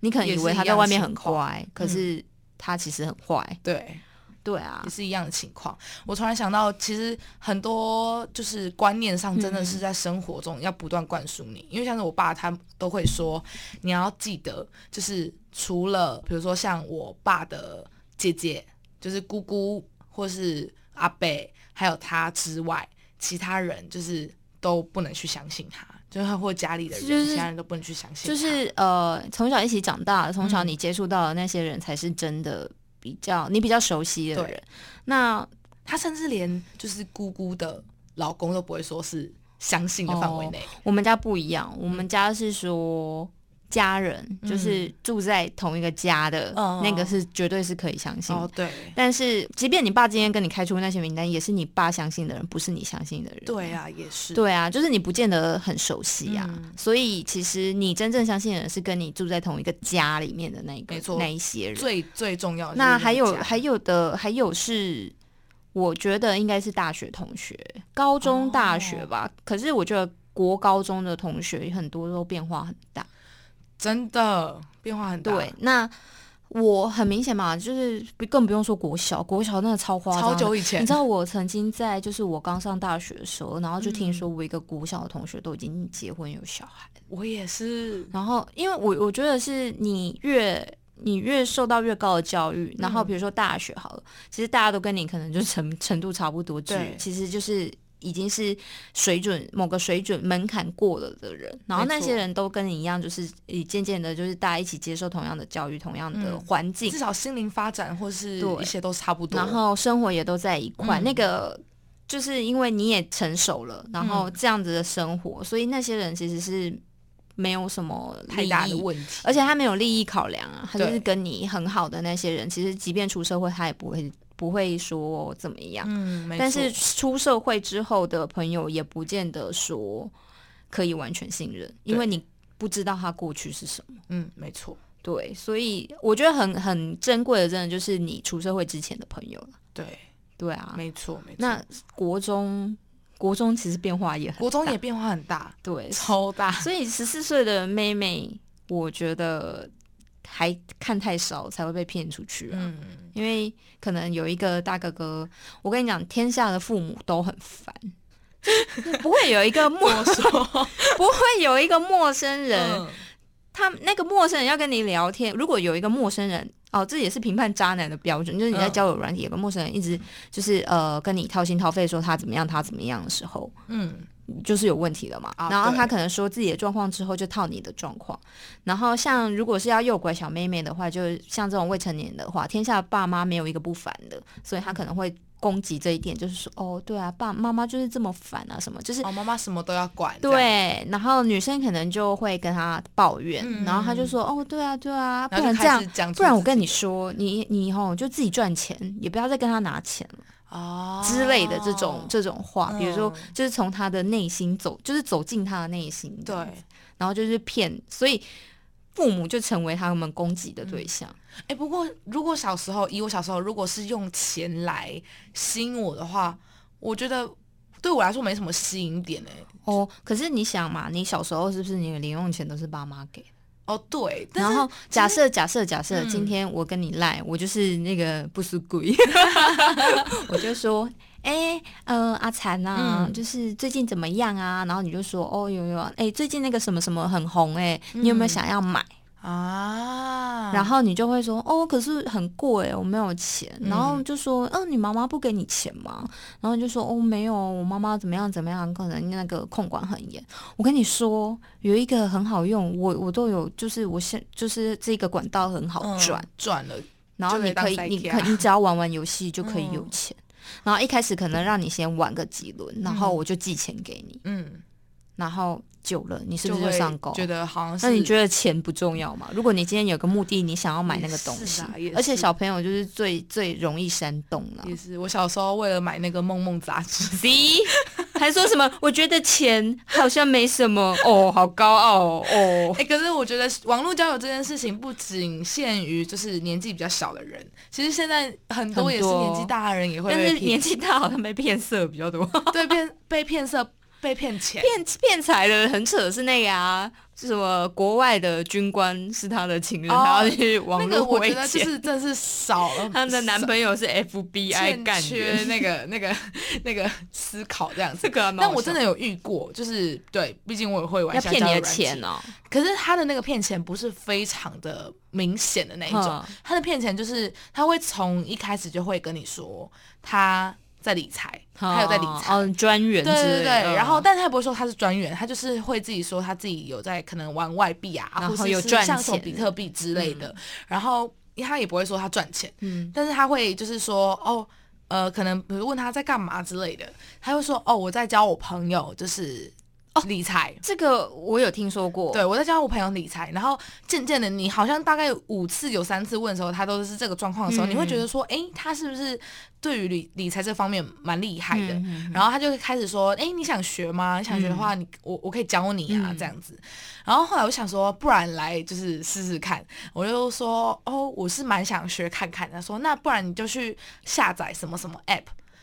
[SPEAKER 3] 你可能
[SPEAKER 4] 也
[SPEAKER 3] 以
[SPEAKER 4] 是
[SPEAKER 3] 为他
[SPEAKER 4] 一
[SPEAKER 3] 在
[SPEAKER 4] 样
[SPEAKER 3] 外面
[SPEAKER 4] 情
[SPEAKER 3] 很
[SPEAKER 4] 况
[SPEAKER 3] 乖，可是他其实很坏。
[SPEAKER 4] 对，
[SPEAKER 3] 对啊
[SPEAKER 4] 也，是一样的情况。我突然想到，其实很多就是观念上，真的是在生活中要不断灌输你。因为像是我爸，他都会说，你要记得，就是除了比如说像我爸的姐姐，就是姑姑或是阿伯，还有他之外，其他人就是都不能去相信他，就是或家里的人，
[SPEAKER 3] 就是
[SPEAKER 4] 其他人都不能去相信他。
[SPEAKER 3] 就是呃，从小一起长大，从小
[SPEAKER 4] 嗯
[SPEAKER 3] 你接触到的那些人才是真的比较你比较熟悉的
[SPEAKER 4] 对
[SPEAKER 3] 人。那
[SPEAKER 4] 他甚至连就是姑姑的老公哦都不会说是相信的范围内。嗯
[SPEAKER 3] 我们家不一样，我们家是说家人，就是住在同一个家的，
[SPEAKER 4] 嗯
[SPEAKER 3] 那个是绝对是可以相信的。
[SPEAKER 4] 哦，对，
[SPEAKER 3] 但是，即便你爸今天跟你开出那些名单，也是你爸相信的人，不是你相信的人。
[SPEAKER 4] 对啊，嗯也是，
[SPEAKER 3] 对啊，就是你不见得很熟悉啊，所以其实你真正相信的人是跟你住在同一个家里面的那一个
[SPEAKER 4] 没错
[SPEAKER 3] 那一些人。
[SPEAKER 4] 最最重要的哦就是
[SPEAKER 3] 那还有
[SPEAKER 4] 个家
[SPEAKER 3] 还有的还有是，我觉得应该是大学同学，高中、大学
[SPEAKER 4] 哦
[SPEAKER 3] 吧。可是我觉得国高中的同学很多都变化很大。
[SPEAKER 4] 真的变化很大，
[SPEAKER 3] 对，，那我很明显嘛，就是不更不用说国小，国小那个超夸张的，
[SPEAKER 4] 超久以前
[SPEAKER 3] 你知道我曾经在就是我刚上大学的时候，然后就
[SPEAKER 4] 嗯
[SPEAKER 3] 听说我一个国小的同学都已经结婚有小孩，
[SPEAKER 4] 我也是，
[SPEAKER 3] 然后因为我我觉得是你越。你越受到越高的教育，然
[SPEAKER 4] 嗯
[SPEAKER 3] 后比如说大学好了，其实大家都跟你可能就程程度差不多，只
[SPEAKER 4] 对
[SPEAKER 3] 其实就是已经是水准某个水准门槛过了的人，然后那
[SPEAKER 4] 没错
[SPEAKER 3] 些人都跟你一样，就是也渐渐的，就是大家一起接受同样的教育、同样的
[SPEAKER 4] 嗯
[SPEAKER 3] 环境，
[SPEAKER 4] 至少心灵发展或是
[SPEAKER 3] 对
[SPEAKER 4] 一些都差不多，
[SPEAKER 3] 然后生活也都在一块。
[SPEAKER 4] 嗯
[SPEAKER 3] 那个就是因为你也成熟了，然后
[SPEAKER 4] 嗯
[SPEAKER 3] 这样子的生活，所以那些人其实是没有什么
[SPEAKER 4] 太
[SPEAKER 3] 利
[SPEAKER 4] 大的
[SPEAKER 3] 益。
[SPEAKER 4] 问题，
[SPEAKER 3] 而且他没有利益考量啊，他就是
[SPEAKER 4] 对
[SPEAKER 3] 跟你很好的那些人，其实即便出社会，他也不会不会说怎么样。
[SPEAKER 4] 嗯，没
[SPEAKER 3] 但
[SPEAKER 4] 错
[SPEAKER 3] 是出社会之后的朋友，也不见得说可以完全信任，因
[SPEAKER 4] 对
[SPEAKER 3] 为你不知道他过去是什么。
[SPEAKER 4] 嗯，没错，
[SPEAKER 3] 对，所以我觉得很很珍贵的，真的就是你出社会之前的朋友了。
[SPEAKER 4] 对，
[SPEAKER 3] 对啊，
[SPEAKER 4] 没错，没错。
[SPEAKER 3] 那国中，国中其实变化也很
[SPEAKER 4] 国中也变化很大，
[SPEAKER 3] 对，
[SPEAKER 4] 超大，
[SPEAKER 3] 所以十四岁的妹妹，我觉得还看太少才会被骗出去、啊。
[SPEAKER 4] 嗯，
[SPEAKER 3] 因为可能有一个大哥哥，我跟你讲，天下的父母都很 烦，就是不会有一个陌，
[SPEAKER 4] 我说，
[SPEAKER 3] 不会有一个陌生人，
[SPEAKER 4] 嗯
[SPEAKER 3] 他那个陌生人要跟你聊天，如果有一个陌生人，哦，这也是评判渣男的标准，就是你在
[SPEAKER 4] 嗯
[SPEAKER 3] 交友软体有个陌生人一直就是呃跟你掏心掏肺说他怎么样他怎么样的时候，
[SPEAKER 4] 嗯，
[SPEAKER 3] 就是有问题了嘛。
[SPEAKER 4] 啊
[SPEAKER 3] 然后
[SPEAKER 4] 对
[SPEAKER 3] 他可能说自己的状况之后就套你的状况。然后像如果是要诱拐小妹妹的话，就是像这种未成年的话，天下爸妈没有一个不烦的，所以他可能会攻击这一点，就是说哦，对啊，爸妈妈就是这么烦啊，什么就是。
[SPEAKER 4] 哦，妈妈什么都要管，这样，
[SPEAKER 3] 对，然后女生可能就会跟他抱怨，
[SPEAKER 4] 嗯
[SPEAKER 3] 然后他就说：“哦，对啊，对啊，不
[SPEAKER 4] 然后
[SPEAKER 3] 然
[SPEAKER 4] 就
[SPEAKER 3] 这
[SPEAKER 4] 开
[SPEAKER 3] 样
[SPEAKER 4] 始，讲出自己的，
[SPEAKER 3] 不然我跟你说，你你以后就自己赚钱，也不要再跟他拿钱了。”
[SPEAKER 4] 哦
[SPEAKER 3] 之类的这种、这种话，比如说
[SPEAKER 4] 嗯
[SPEAKER 3] 就是从他的内心走，就是走进他的内心，
[SPEAKER 4] 对，，
[SPEAKER 3] 然后就是骗，所以父母就成为他们攻击的对象。
[SPEAKER 4] 哎，不过如果小时候以我小时候如果是用钱来吸引我的话，我觉得对我来说没什么吸引点哎。
[SPEAKER 3] 哦，可是你想嘛，你小时候是不是你的零用钱都是爸妈给的？
[SPEAKER 4] 哦，对，但
[SPEAKER 3] 然
[SPEAKER 4] 是
[SPEAKER 3] 后假设假设假设，
[SPEAKER 4] 嗯
[SPEAKER 3] 今天我跟你赖，我就是那个不输 鬼，我就说。哎、呃，阿残啊，
[SPEAKER 4] 嗯
[SPEAKER 3] 就是最近怎么样啊？然后你就说，哦，有有啊，哎、最近那个什么什么很红、哎，你有没有
[SPEAKER 4] 嗯
[SPEAKER 3] 想要买？
[SPEAKER 4] 啊，
[SPEAKER 3] 然后你就会说哦，可是很贵，我没有钱。
[SPEAKER 4] 嗯
[SPEAKER 3] 然后就说，嗯、你妈妈不给你钱吗？然后你就说，哦，没有，我妈妈怎么样怎么样，可能那个控管很严。我跟你说，有一个很好用，我我都有，就是我现就是这个管道很好
[SPEAKER 4] 嗯
[SPEAKER 3] 赚，
[SPEAKER 4] 转了，
[SPEAKER 3] 然后
[SPEAKER 4] 就可以
[SPEAKER 3] 你可以，
[SPEAKER 4] 当
[SPEAKER 3] 你
[SPEAKER 4] sidekick
[SPEAKER 3] 可
[SPEAKER 4] 啊
[SPEAKER 3] 你只要玩玩游戏就可以有
[SPEAKER 4] 嗯
[SPEAKER 3] 钱。然后一开始可能让你先玩个几轮，然后
[SPEAKER 4] 嗯
[SPEAKER 3] 我就寄钱给你，
[SPEAKER 4] 嗯，
[SPEAKER 3] 然后久了你是不是
[SPEAKER 4] 会
[SPEAKER 3] 就上钩？
[SPEAKER 4] 觉得好像是
[SPEAKER 3] 那你觉得钱不重要吗？如果你今天有个目的，你想要买那个东
[SPEAKER 4] 也
[SPEAKER 3] 西
[SPEAKER 4] 是啊也，是
[SPEAKER 3] 而且小朋友就是最最容易煽动了。
[SPEAKER 4] 也是，我小时候为了买那个《梦梦》杂 志，
[SPEAKER 3] 咦，还说什么？我觉得钱好像没什 么哦，好高傲哦。哦
[SPEAKER 4] 哎、可是我觉得网络交友这件事情不仅限于就是年纪比较小的人，其实现在很多
[SPEAKER 3] 很
[SPEAKER 4] 也是
[SPEAKER 3] 多
[SPEAKER 4] 年纪大的人也会
[SPEAKER 3] 但
[SPEAKER 4] 被
[SPEAKER 3] 是年
[SPEAKER 4] 骗，
[SPEAKER 3] 纪大好像被骗色比较多，
[SPEAKER 4] 对骗被骗色、被骗钱，
[SPEAKER 3] 骗骗财的很扯是那个啊，是什么国外的军官是他的情人，
[SPEAKER 4] 哦
[SPEAKER 3] 他要去网
[SPEAKER 4] 那个
[SPEAKER 3] 络
[SPEAKER 4] 我
[SPEAKER 3] 汇
[SPEAKER 4] 觉
[SPEAKER 3] 钱，
[SPEAKER 4] 得就是真是少 了
[SPEAKER 3] 他的男朋友是 FBI
[SPEAKER 4] 欠
[SPEAKER 3] 干
[SPEAKER 4] 缺
[SPEAKER 3] 员，
[SPEAKER 4] 那个那个那个思考这样
[SPEAKER 3] 这
[SPEAKER 4] 子。
[SPEAKER 3] 个还蛮
[SPEAKER 4] 但
[SPEAKER 3] 好
[SPEAKER 4] 我真
[SPEAKER 3] 笑
[SPEAKER 4] 的有遇过，就是对，毕竟我也会玩
[SPEAKER 3] 要
[SPEAKER 4] 一下
[SPEAKER 3] 骗
[SPEAKER 4] 交
[SPEAKER 3] 你的
[SPEAKER 4] 友软
[SPEAKER 3] 钱
[SPEAKER 4] 体
[SPEAKER 3] 哦，
[SPEAKER 4] 可是他的那个骗钱不是非常的明显的那一种
[SPEAKER 3] 嗯，
[SPEAKER 4] 他的骗钱就是他会从一开始就会跟你说他在理财，他有在理财。
[SPEAKER 3] 哦，专员
[SPEAKER 4] 对
[SPEAKER 3] 之类的
[SPEAKER 4] 对对，
[SPEAKER 3] 嗯
[SPEAKER 4] 然后但是他不会说他是专员，他就是会自己说他自己有在可能玩外币啊，
[SPEAKER 3] 然后
[SPEAKER 4] 或是
[SPEAKER 3] 有
[SPEAKER 4] 是
[SPEAKER 3] 赚
[SPEAKER 4] 像什么
[SPEAKER 3] 钱
[SPEAKER 4] 比特币之类的，然后他也不会说他赚钱，
[SPEAKER 3] 嗯
[SPEAKER 4] 但是他会就是说哦，呃，可能比如问他在干嘛之类的，他会说哦我在教我朋友就是理财。
[SPEAKER 3] 这个我有听说过，
[SPEAKER 4] 对，我在教我朋友理财，然后渐渐的，你好像大概五次有三次问的时候，他都是这个状况的时候，
[SPEAKER 3] 嗯
[SPEAKER 4] 你会觉得说，诶，他是不是对于理理财这方面蛮厉害的？
[SPEAKER 3] 嗯
[SPEAKER 4] 然后他就会开始说，诶，你想学吗？你想学的话，你我我可以教你啊，
[SPEAKER 3] 嗯
[SPEAKER 4] 这样子。然后后来我想说，不然来就是试试看，我就说，哦，我是蛮想学看看的。他说，那不然你就去下载什么什么 app，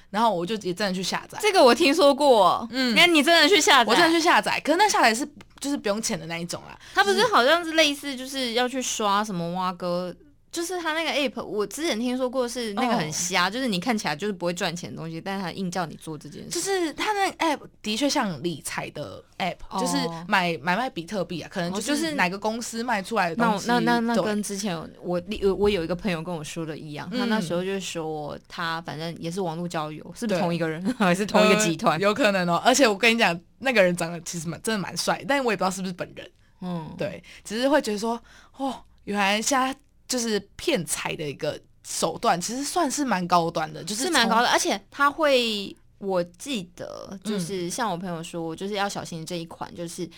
[SPEAKER 4] 然后我就也真的去下载。
[SPEAKER 3] 这个我听说过，
[SPEAKER 4] 嗯
[SPEAKER 3] 那你真的去下载？
[SPEAKER 4] 我真的去下载，可是那下载是就是不用钱的那一种啊啦。
[SPEAKER 3] 它不是好像是类似，就是要去刷什么蛙哥，就是它那个 app，我之前听说过是那个很
[SPEAKER 4] 哦
[SPEAKER 3] 瞎，就是你看起来就是不会赚钱的东西，但是它硬叫你做这件
[SPEAKER 4] 就
[SPEAKER 3] 事。
[SPEAKER 4] 是它那个 app 的确像理财的 app，、
[SPEAKER 3] 哦
[SPEAKER 4] 就是买买卖比特币啊，可能
[SPEAKER 3] 哦
[SPEAKER 4] 就
[SPEAKER 3] 就是
[SPEAKER 4] 是哪个公司卖出来的
[SPEAKER 3] 那
[SPEAKER 4] 东
[SPEAKER 3] 我
[SPEAKER 4] 西。
[SPEAKER 3] 那那那
[SPEAKER 4] 对
[SPEAKER 3] 跟之前我我我有一个朋友跟我说的一样，他
[SPEAKER 4] 嗯
[SPEAKER 3] 那时候就说他反正也是网络交友，是不是
[SPEAKER 4] 对
[SPEAKER 3] 同一个人还是同一个集团
[SPEAKER 4] 呃？有可能哦。而且我跟你讲，那个人长得其实蛮真的蛮帅，但我也不知道是不是本人。
[SPEAKER 3] 嗯，，
[SPEAKER 4] 对，只是会觉得说，哦，原来现在就是骗财的一个手段，其实算是蛮高端的，就是
[SPEAKER 3] 是蛮
[SPEAKER 4] 从
[SPEAKER 3] 高的，而且他会，我记得
[SPEAKER 4] 嗯
[SPEAKER 3] 就是像我朋友说，就是要小心这一款，就是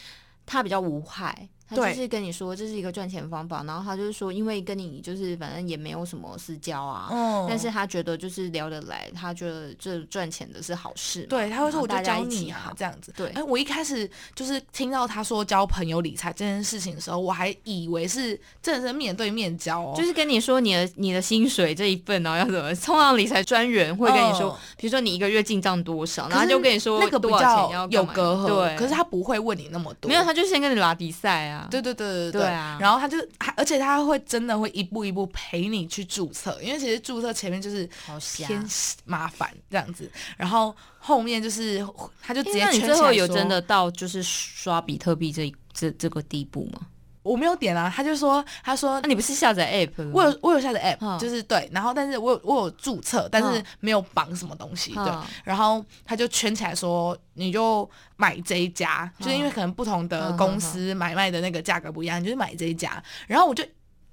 [SPEAKER 3] 它比较无害。他就
[SPEAKER 4] 对
[SPEAKER 3] 是跟你说这是一个赚钱方法，然后他就是说，因为跟你就是反正也没有什么私交啊，
[SPEAKER 4] 哦
[SPEAKER 3] 但是他觉得就是聊得来，他觉得这赚钱的是好事嘛。
[SPEAKER 4] 对，他会说
[SPEAKER 3] 然后
[SPEAKER 4] 我就
[SPEAKER 3] 大家
[SPEAKER 4] 教
[SPEAKER 3] 一起
[SPEAKER 4] 你啊
[SPEAKER 3] 好，
[SPEAKER 4] 这样子。
[SPEAKER 3] 对
[SPEAKER 4] 哎，我一开始就是听到他说教朋友理财这件事情的时候，我还以为是真的是面对面教哦，
[SPEAKER 3] 就是跟你说你的你的薪水这一份哦然后要怎么，通常理财专员会跟你说，
[SPEAKER 4] 嗯
[SPEAKER 3] 比如说你一个月进账多少，
[SPEAKER 4] 可
[SPEAKER 3] 然后他
[SPEAKER 4] 是
[SPEAKER 3] 就跟你说
[SPEAKER 4] 那个比
[SPEAKER 3] 多少钱
[SPEAKER 4] 较
[SPEAKER 3] 要
[SPEAKER 4] 有
[SPEAKER 3] 干嘛
[SPEAKER 4] 隔阂，
[SPEAKER 3] 对，
[SPEAKER 4] 可是他不会问你那么多，
[SPEAKER 3] 没有，他就先跟你拉比赛啊，
[SPEAKER 4] 对对对对
[SPEAKER 3] 对啊
[SPEAKER 4] 然后他就，还而且他会真的会一步一步陪你去注册，因为其实注册前面就是
[SPEAKER 3] 好瞎
[SPEAKER 4] 偏麻烦这样子，然后后面就是他就直接
[SPEAKER 3] 哎那
[SPEAKER 4] 圈
[SPEAKER 3] 你
[SPEAKER 4] 起来
[SPEAKER 3] 最后有
[SPEAKER 4] 说
[SPEAKER 3] 真的到就是刷比特币这一这这个地步吗？
[SPEAKER 4] 我没有点啊，他就说他说
[SPEAKER 3] 那、你不是下载 app？了吗
[SPEAKER 4] 我有我有下载 app，、
[SPEAKER 3] 嗯
[SPEAKER 4] 就是对，然后但是我有我有注册，但是
[SPEAKER 3] 嗯
[SPEAKER 4] 没有绑什么东西，对
[SPEAKER 3] 嗯。
[SPEAKER 4] 然后他就圈起来说，你就买这一家，就是
[SPEAKER 3] 嗯
[SPEAKER 4] 因为可能不同的公司买卖的那个价格不一样，你就是买这一家。然后我就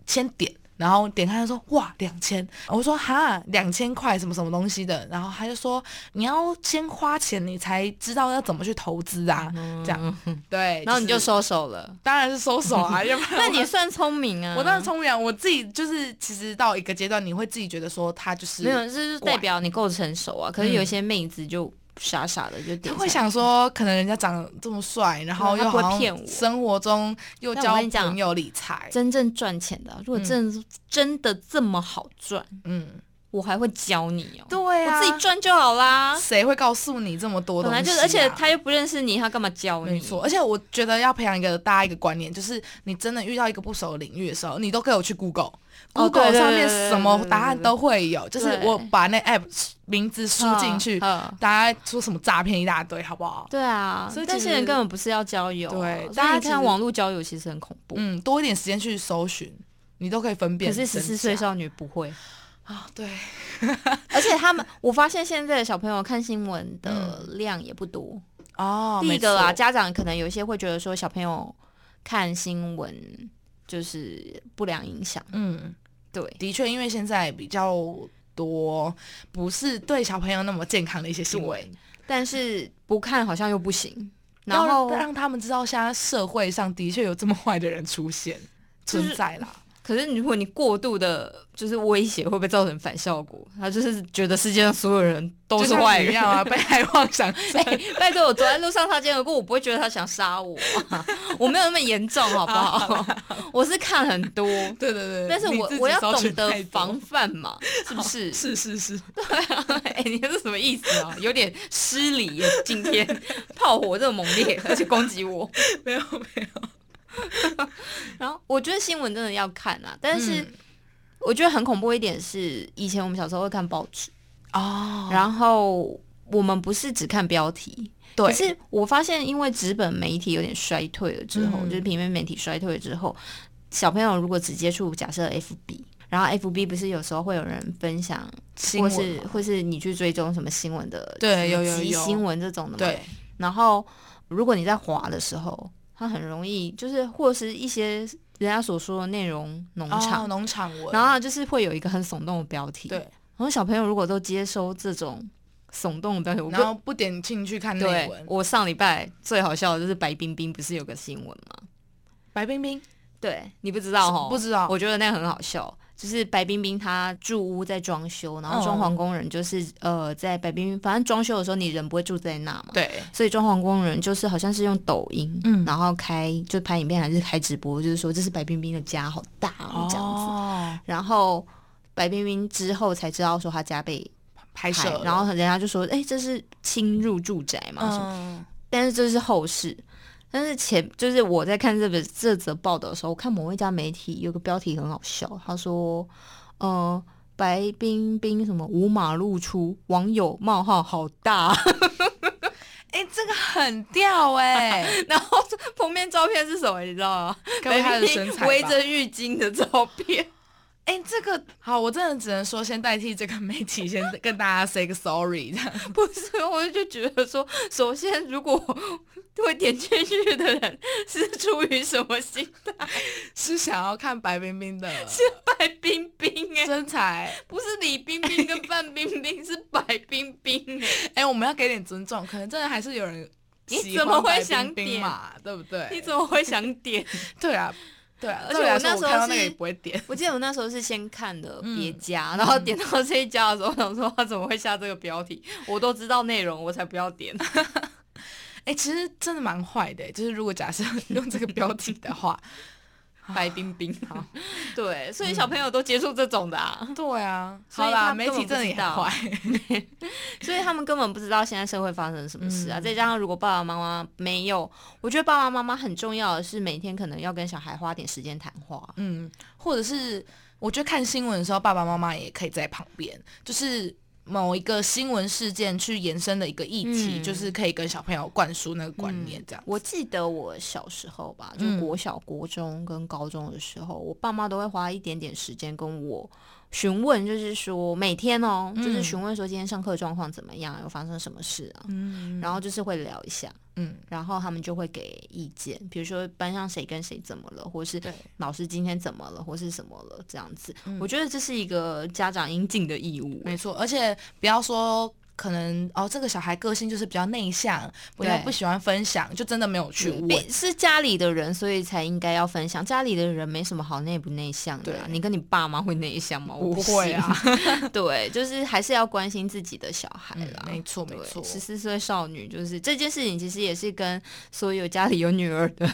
[SPEAKER 4] 先点。然后点开他说哇两千，我说哈两千块什么什么东西的，然后他就说你要先花钱你才知道要怎么去投资啊，这 样对，
[SPEAKER 3] 嗯然后你就是收手了。
[SPEAKER 4] 当然是收手啊，要不然
[SPEAKER 3] 那
[SPEAKER 4] 我
[SPEAKER 3] 你算聪明啊！
[SPEAKER 4] 我当时聪明啊，我自己就是其实到一个阶段，你会自己觉得说他就是
[SPEAKER 3] 没有，这就是代表你够成熟啊。可是有一些妹子就傻傻的就
[SPEAKER 4] 他
[SPEAKER 3] 点，
[SPEAKER 4] 嗯会，想说，可能人家长得这么帅，然后
[SPEAKER 3] 对他
[SPEAKER 4] 又
[SPEAKER 3] 不会
[SPEAKER 4] 好像
[SPEAKER 3] 骗我
[SPEAKER 4] 生活中又
[SPEAKER 3] 但我
[SPEAKER 4] 交
[SPEAKER 3] 跟你讲
[SPEAKER 4] 朋友理财，
[SPEAKER 3] 真正赚钱的啊，如果
[SPEAKER 4] 嗯
[SPEAKER 3] 真的、真的这么好赚，
[SPEAKER 4] 嗯，
[SPEAKER 3] 我还会教你哦。
[SPEAKER 4] 对啊，
[SPEAKER 3] 我自己赚就好啦。
[SPEAKER 4] 谁会告诉你这么多
[SPEAKER 3] 本
[SPEAKER 4] 东西、
[SPEAKER 3] 来就
[SPEAKER 4] 啊？
[SPEAKER 3] 是，而且他又嗯不认识你，他干嘛教你？
[SPEAKER 4] 没错，而且我觉得要培养一个大家一个观念，就是你真的遇到一个不熟的领域的时候，你都可以有去 Google，Google、
[SPEAKER 3] 哦对对
[SPEAKER 4] 上面
[SPEAKER 3] 对对
[SPEAKER 4] 什么
[SPEAKER 3] 对
[SPEAKER 4] 答案
[SPEAKER 3] 对
[SPEAKER 4] 都会有。就是
[SPEAKER 3] 对
[SPEAKER 4] 我把那 app 名字输进去，
[SPEAKER 3] 嗯嗯
[SPEAKER 4] 大家说什么诈骗一大堆，好不好？
[SPEAKER 3] 对啊，
[SPEAKER 4] 所以
[SPEAKER 3] 但
[SPEAKER 4] 其
[SPEAKER 3] 些人
[SPEAKER 4] 实
[SPEAKER 3] 根本不是要交友啊、
[SPEAKER 4] 对
[SPEAKER 3] 所
[SPEAKER 4] 大
[SPEAKER 3] 以
[SPEAKER 4] 家
[SPEAKER 3] 你
[SPEAKER 4] 其
[SPEAKER 3] 看
[SPEAKER 4] 实
[SPEAKER 3] 网络交友其实很恐怖。
[SPEAKER 4] 嗯，多一点时间去搜寻，你都可以分辨
[SPEAKER 3] 可
[SPEAKER 4] 真
[SPEAKER 3] 是
[SPEAKER 4] 假。
[SPEAKER 3] 十四岁少女不会，
[SPEAKER 4] 啊，对，
[SPEAKER 3] 而且他们，我发现现在的小朋友看新闻的量也不多。
[SPEAKER 4] 嗯哦，
[SPEAKER 3] 第一个
[SPEAKER 4] 啊，
[SPEAKER 3] 啊，家长可能有一些会觉得说小朋友看新闻就是不良影响，
[SPEAKER 4] 嗯，
[SPEAKER 3] 对。
[SPEAKER 4] 的确，因为现在比较多不是对小朋友那么健康的一些行为
[SPEAKER 3] 对，，但是不看好像又不行。然
[SPEAKER 4] 要
[SPEAKER 3] 后
[SPEAKER 4] 让，让他们知道现在社会上的确有这么坏的人出现
[SPEAKER 3] 就是
[SPEAKER 4] 存在啦。
[SPEAKER 3] 可是你如果你过度的，就是威胁，会不会造成反效果？他就是觉得世界上所有人都
[SPEAKER 4] 就是
[SPEAKER 3] 坏
[SPEAKER 4] 像你一
[SPEAKER 3] 人
[SPEAKER 4] 样啊，被害妄想症。
[SPEAKER 3] 哎拜托，我走在路上擦肩而过，我不会觉得他想杀我、啊 我没有那么严重，好不好？我是看很多，
[SPEAKER 4] 对对对，
[SPEAKER 3] 但是
[SPEAKER 4] 你
[SPEAKER 3] 我
[SPEAKER 4] 自己
[SPEAKER 3] 我要
[SPEAKER 4] 搜
[SPEAKER 3] 懂
[SPEAKER 4] 寻
[SPEAKER 3] 得
[SPEAKER 4] 太多哦
[SPEAKER 3] 防。范嘛，是不是？
[SPEAKER 4] 是是是，
[SPEAKER 3] 哎、你这是什么意思啊？有点失礼耶！今天炮火这么猛 烈，而且攻击我。
[SPEAKER 4] 没有没有，
[SPEAKER 3] 然后我觉得新闻真的要看啊，但是
[SPEAKER 4] 嗯
[SPEAKER 3] 我觉得很恐怖一点是，以前我们小时候会看报纸，
[SPEAKER 4] 哦，
[SPEAKER 3] 然后我们不是只看标题，
[SPEAKER 4] 对，
[SPEAKER 3] 可是我发现，因为纸本媒体有点衰退了之后，
[SPEAKER 4] 嗯
[SPEAKER 3] 就是平面媒体衰退了之后，小朋友如果只接触假设 FB，然后 FB 不是有时候会有人分享，
[SPEAKER 4] 新
[SPEAKER 3] 或
[SPEAKER 4] 闻
[SPEAKER 3] 是
[SPEAKER 4] 嘛
[SPEAKER 3] 或是你去追踪什么新闻的，
[SPEAKER 4] 对
[SPEAKER 3] 什么
[SPEAKER 4] 有有
[SPEAKER 3] 集
[SPEAKER 4] 有
[SPEAKER 3] 新闻这种的嘛。
[SPEAKER 4] 对，
[SPEAKER 3] 然后如果你在滑的时候，它很容易就是或是一些人家所说的内容农场，
[SPEAKER 4] 哦农场文，
[SPEAKER 3] 然后它就是会有一个很耸动的标题。
[SPEAKER 4] 对，
[SPEAKER 3] 然后小朋友如果都接收这种耸动的东西，我
[SPEAKER 4] 然
[SPEAKER 3] 就
[SPEAKER 4] 后不点进去看内
[SPEAKER 3] 对
[SPEAKER 4] 文。
[SPEAKER 3] 我上礼拜最好笑的就是白冰冰不是有个新闻吗？
[SPEAKER 4] 白冰冰
[SPEAKER 3] 对你不知道哦，
[SPEAKER 4] 不知道
[SPEAKER 3] 我觉得那个很好笑。就是白冰冰她住屋在装修，然后
[SPEAKER 4] 嗯
[SPEAKER 3] 装潢工人就是、呃，在白冰冰反正装修的时候你人不会住在那嘛，
[SPEAKER 4] 对，
[SPEAKER 3] 所以装潢工人就是好像是用抖音，
[SPEAKER 4] 嗯
[SPEAKER 3] 然后开就拍影片还是开直播，就是说这是白冰冰的家，好大哦这样子。
[SPEAKER 4] 子
[SPEAKER 3] 然后白冰冰之后才知道说她家被拍
[SPEAKER 4] 拍摄，
[SPEAKER 3] 然后人家就说，哎、这是侵入住宅嘛什么
[SPEAKER 4] 嗯，
[SPEAKER 3] 但是这是后事。但是前就是我在看这本这则报道的时候，我看某一家媒体有个标题很好笑，他说，呃，白冰冰什么无马路出，网友冒号好大，啊
[SPEAKER 4] 哎、这个很吊哎、
[SPEAKER 3] 然后封面照片是什么，你知道吗？
[SPEAKER 4] 该不会他的
[SPEAKER 3] 白冰
[SPEAKER 4] 身
[SPEAKER 3] 冰
[SPEAKER 4] 材吧
[SPEAKER 3] 围着浴巾的照片，
[SPEAKER 4] 哎、这个好，我真的只能说先代替这个媒体，先跟大家 say 个 sorry 这样。
[SPEAKER 3] 不是，我就觉得说，首先如果会点进去的人是出于什么心态？
[SPEAKER 4] 是想要看白冰冰的
[SPEAKER 3] 白 冰冰哎、
[SPEAKER 4] 身材，
[SPEAKER 3] 不是李冰冰跟范冰冰，是白冰冰 哎、
[SPEAKER 4] 哎、我们要给点尊重，可能真的还是有人
[SPEAKER 3] 你
[SPEAKER 4] 喜
[SPEAKER 3] 怎
[SPEAKER 4] 欢
[SPEAKER 3] 么会
[SPEAKER 4] 白冰
[SPEAKER 3] 想
[SPEAKER 4] 冰
[SPEAKER 3] 点
[SPEAKER 4] 嘛，对不对？
[SPEAKER 3] 你怎么会想点？
[SPEAKER 4] 对啊，对啊，
[SPEAKER 3] 而且
[SPEAKER 4] 照理来
[SPEAKER 3] 我
[SPEAKER 4] 说
[SPEAKER 3] 那时候
[SPEAKER 4] 看到那个
[SPEAKER 3] 是
[SPEAKER 4] 也不会点。
[SPEAKER 3] 我记得我那时候是先看的别家，然后点到这一家的时候，我想说他怎么会下这个标题？我都知道内容，我才不要 点。
[SPEAKER 4] 哎、其实真的蛮坏的，就是如果假设用这个标题的话，
[SPEAKER 3] 白冰冰，对，所以小朋友都接触这种的啊。
[SPEAKER 4] 对啊，
[SPEAKER 3] 所以
[SPEAKER 4] 好
[SPEAKER 3] 他
[SPEAKER 4] 啦，
[SPEAKER 3] 根
[SPEAKER 4] 媒
[SPEAKER 3] 本
[SPEAKER 4] 体
[SPEAKER 3] 不
[SPEAKER 4] 真的
[SPEAKER 3] 知
[SPEAKER 4] 也
[SPEAKER 3] 道
[SPEAKER 4] 很坏，
[SPEAKER 3] 所以他们根本不知道现在社会发生什么事啊！
[SPEAKER 4] 嗯
[SPEAKER 3] 再加上如果爸爸妈妈没有，我觉得爸爸妈妈很重要的是每天可能要跟小孩花点时间谈话。
[SPEAKER 4] 嗯，或者是我觉得看新闻的时候，爸爸妈妈也可以在旁边，就是。某一个新闻事件去延伸的一个议题，
[SPEAKER 3] 嗯
[SPEAKER 4] 就是可以跟小朋友灌输那个观念，这样。
[SPEAKER 3] 我记得我小时候吧，就
[SPEAKER 4] 嗯
[SPEAKER 3] 国小、国中跟高中的时候，我爸妈都会花一点点时间跟我询问，就是说每天哦，
[SPEAKER 4] 嗯
[SPEAKER 3] 就是询问说今天上课状况怎么样，有发生什么事啊，
[SPEAKER 4] 嗯
[SPEAKER 3] 然后就是会聊一下。
[SPEAKER 4] 嗯，
[SPEAKER 3] 然后他们就会给意见，比如说班上谁跟谁怎么了，或是
[SPEAKER 4] 对
[SPEAKER 3] 老师今天怎么了，或是什么了这样子。
[SPEAKER 4] 嗯
[SPEAKER 3] 我觉得这是一个家长应尽的义务。
[SPEAKER 4] 没错，而且不要说可能哦，这个小孩个性就是比较内向，比较
[SPEAKER 3] 对
[SPEAKER 4] 不喜欢分享，就真的没有去
[SPEAKER 3] 对
[SPEAKER 4] 问。
[SPEAKER 3] 被是家里的人，所以才应该要分享。家里的人没什么好内不内向的、啊，
[SPEAKER 4] 对
[SPEAKER 3] 你跟你爸妈会内向吗？我
[SPEAKER 4] 不会啊，
[SPEAKER 3] 信， 对，就是还是要关心自己的小孩啦。
[SPEAKER 4] 嗯没错没错
[SPEAKER 3] 十四岁少女就是这件事情，其实也是跟所有家里有女儿 的。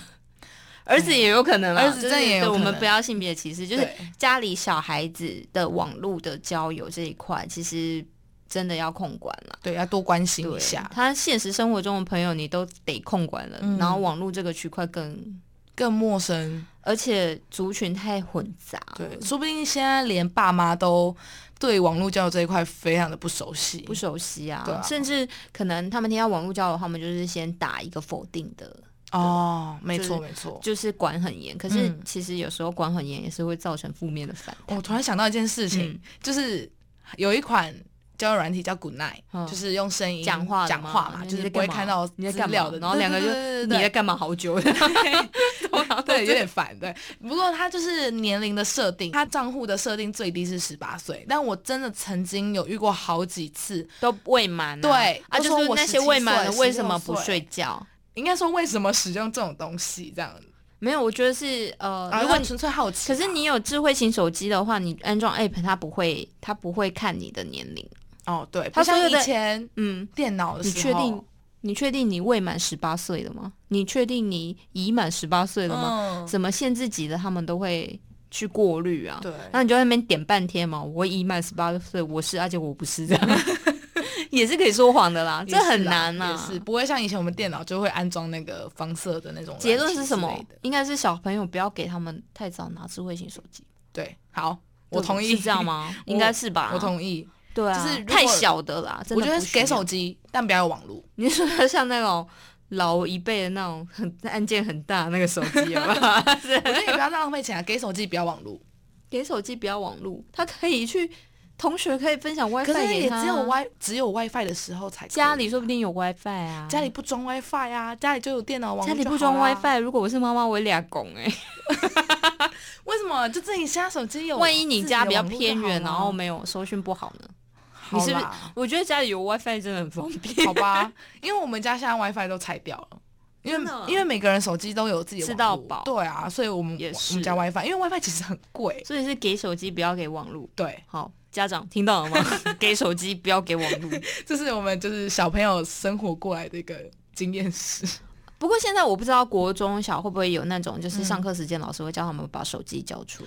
[SPEAKER 3] 儿子也有可能啦，
[SPEAKER 4] 哎儿子
[SPEAKER 3] 就
[SPEAKER 4] 真的
[SPEAKER 3] 是
[SPEAKER 4] 也有
[SPEAKER 3] 对我
[SPEAKER 4] 可
[SPEAKER 3] 们
[SPEAKER 4] 能
[SPEAKER 3] 不要性别歧视，就是
[SPEAKER 4] 对
[SPEAKER 3] 家里小孩子的网络的交友这一块，其实真的要控管啊了。
[SPEAKER 4] 对，要多关心
[SPEAKER 3] 对
[SPEAKER 4] 一下，，
[SPEAKER 3] 他现实生活中的朋友你都得控管了，
[SPEAKER 4] 嗯
[SPEAKER 3] 然后网络这个区块更，
[SPEAKER 4] 更陌生。
[SPEAKER 3] 而且族群太混杂了，
[SPEAKER 4] 对，说不定现在连爸妈都对网络交友这一块非常的不熟悉。
[SPEAKER 3] 不熟悉啊，
[SPEAKER 4] 对啊
[SPEAKER 3] 甚至可能他们听到网络交友，他们就是先打一个否定的，
[SPEAKER 4] 哦，没错
[SPEAKER 3] 就是
[SPEAKER 4] 没错。
[SPEAKER 3] 就是管很严。可是
[SPEAKER 4] 嗯
[SPEAKER 3] 其实有时候管很严也是会造成负面的反弹。
[SPEAKER 4] 我突然想到一件事情，
[SPEAKER 3] 嗯
[SPEAKER 4] 就是有一款。交友软体叫 Good Night，、
[SPEAKER 3] 嗯
[SPEAKER 4] 就是用声音
[SPEAKER 3] 讲话的
[SPEAKER 4] 讲
[SPEAKER 3] 吗
[SPEAKER 4] 话嘛，
[SPEAKER 3] 你
[SPEAKER 4] 就是
[SPEAKER 3] 在
[SPEAKER 4] 不会
[SPEAKER 3] 干嘛
[SPEAKER 4] 看到
[SPEAKER 3] 你在
[SPEAKER 4] 资
[SPEAKER 3] 干
[SPEAKER 4] 料
[SPEAKER 3] 嘛
[SPEAKER 4] 的，，
[SPEAKER 3] 然后两个就
[SPEAKER 4] 对对对对
[SPEAKER 3] 你
[SPEAKER 4] 对
[SPEAKER 3] 在干嘛好 久，通常 都
[SPEAKER 4] 对，有
[SPEAKER 3] 这样
[SPEAKER 4] 点烦，对。不过他就是年龄的设定，他账户的设定最低是十八岁，但我真的曾经有遇过好几次，
[SPEAKER 3] 都未满、啊，
[SPEAKER 4] 对
[SPEAKER 3] 啊，
[SPEAKER 4] 都
[SPEAKER 3] 就
[SPEAKER 4] 说
[SPEAKER 3] 是
[SPEAKER 4] 我
[SPEAKER 3] 那些
[SPEAKER 4] 17
[SPEAKER 3] 未满的
[SPEAKER 4] 岁
[SPEAKER 3] 为什么
[SPEAKER 4] 16
[SPEAKER 3] 不
[SPEAKER 4] 岁
[SPEAKER 3] 睡觉？
[SPEAKER 4] 应该说为什么使用这种东西这样？
[SPEAKER 3] 没有，我觉得是呃，
[SPEAKER 4] 啊，
[SPEAKER 3] 如果
[SPEAKER 4] 如果
[SPEAKER 3] 你
[SPEAKER 4] 纯粹好奇
[SPEAKER 3] 可
[SPEAKER 4] 啊，
[SPEAKER 3] 是你有智慧型手机的话，你安装 app 它不会，它不会看你的年龄。
[SPEAKER 4] 哦，对，
[SPEAKER 3] 他
[SPEAKER 4] 不像
[SPEAKER 3] 说的
[SPEAKER 4] 以前
[SPEAKER 3] 嗯，
[SPEAKER 4] 电脑的
[SPEAKER 3] 你
[SPEAKER 4] 时候，
[SPEAKER 3] 确定？你确定你未满十八岁了吗？你确定你已满十八岁了吗？
[SPEAKER 4] 嗯，
[SPEAKER 3] 怎么限制级的他们都会去过滤啊？
[SPEAKER 4] 对，
[SPEAKER 3] 那你就在那边点半天嘛，我已满十八岁，我是，而且我不是这样， 也是可以说谎的啦，
[SPEAKER 4] 也
[SPEAKER 3] 这
[SPEAKER 4] 是
[SPEAKER 3] 很
[SPEAKER 4] 啦
[SPEAKER 3] 难啊呐、
[SPEAKER 4] 也是不会像以前我们电脑就会安装那个防色的那种。
[SPEAKER 3] 结论是什么？应该是小朋友不要给他们太早拿智慧型手机。
[SPEAKER 4] 对，好，我
[SPEAKER 3] 对
[SPEAKER 4] 同意
[SPEAKER 3] 是这样？ 吗？
[SPEAKER 4] 我
[SPEAKER 3] 应该是吧。
[SPEAKER 4] 我同意，
[SPEAKER 3] 对啊，
[SPEAKER 4] 就是如果
[SPEAKER 3] 太小的啦，真
[SPEAKER 4] 我
[SPEAKER 3] 的
[SPEAKER 4] 觉得
[SPEAKER 3] 不需要
[SPEAKER 4] 给手机，但不要有网络。
[SPEAKER 3] 你说他像那种老一辈的那种很按键很大的那个手 机有没有是
[SPEAKER 4] 我觉得也不要浪费钱啊，给手机不要网络。
[SPEAKER 3] 给手机不要网路，他可以去同学可以分享 WiFi
[SPEAKER 4] 可是
[SPEAKER 3] 给
[SPEAKER 4] 也
[SPEAKER 3] 他啊，
[SPEAKER 4] 只有 WiFi 只有 WiFi 的时候才可以
[SPEAKER 3] 家里说不定有 WiFi 啊，
[SPEAKER 4] 家里不装 WiFi 啊，家里就有电脑网络
[SPEAKER 3] 家里
[SPEAKER 4] 就
[SPEAKER 3] 不
[SPEAKER 4] 好
[SPEAKER 3] 装
[SPEAKER 4] 啦
[SPEAKER 3] WiFi，如果我是妈妈，我会俩拱 哎，
[SPEAKER 4] 为什么？就自己家手机有，
[SPEAKER 3] 万一你家比较
[SPEAKER 4] 自己
[SPEAKER 3] 偏
[SPEAKER 4] 有网络就好
[SPEAKER 3] 远，
[SPEAKER 4] 啦
[SPEAKER 3] 然后没有收讯不好呢？
[SPEAKER 4] 好
[SPEAKER 3] 你是不是
[SPEAKER 4] 啦？
[SPEAKER 3] 我觉得家里有 WiFi 真的很方便。
[SPEAKER 4] 好吧，因为我们家现在 WiFi 都拆掉了。因
[SPEAKER 3] 真
[SPEAKER 4] 为
[SPEAKER 3] 的
[SPEAKER 4] 因为每个人手机都有自己的
[SPEAKER 3] 吃
[SPEAKER 4] 网
[SPEAKER 3] 到
[SPEAKER 4] 络
[SPEAKER 3] 饱
[SPEAKER 4] 对啊，所以我们
[SPEAKER 3] 也
[SPEAKER 4] 我
[SPEAKER 3] 是
[SPEAKER 4] 们家 WiFi，因为 WiFi 其实很贵，
[SPEAKER 3] 所以是给手机，不要给网络。
[SPEAKER 4] 对，
[SPEAKER 3] 好，家长听到了 吗？给手机，不要给网络。
[SPEAKER 4] 这是我们就是小朋友生活过来的一个经验史。
[SPEAKER 3] 不过现在我不知道国中小会不会有那种，就是上课时间老师会教他们把手机交出。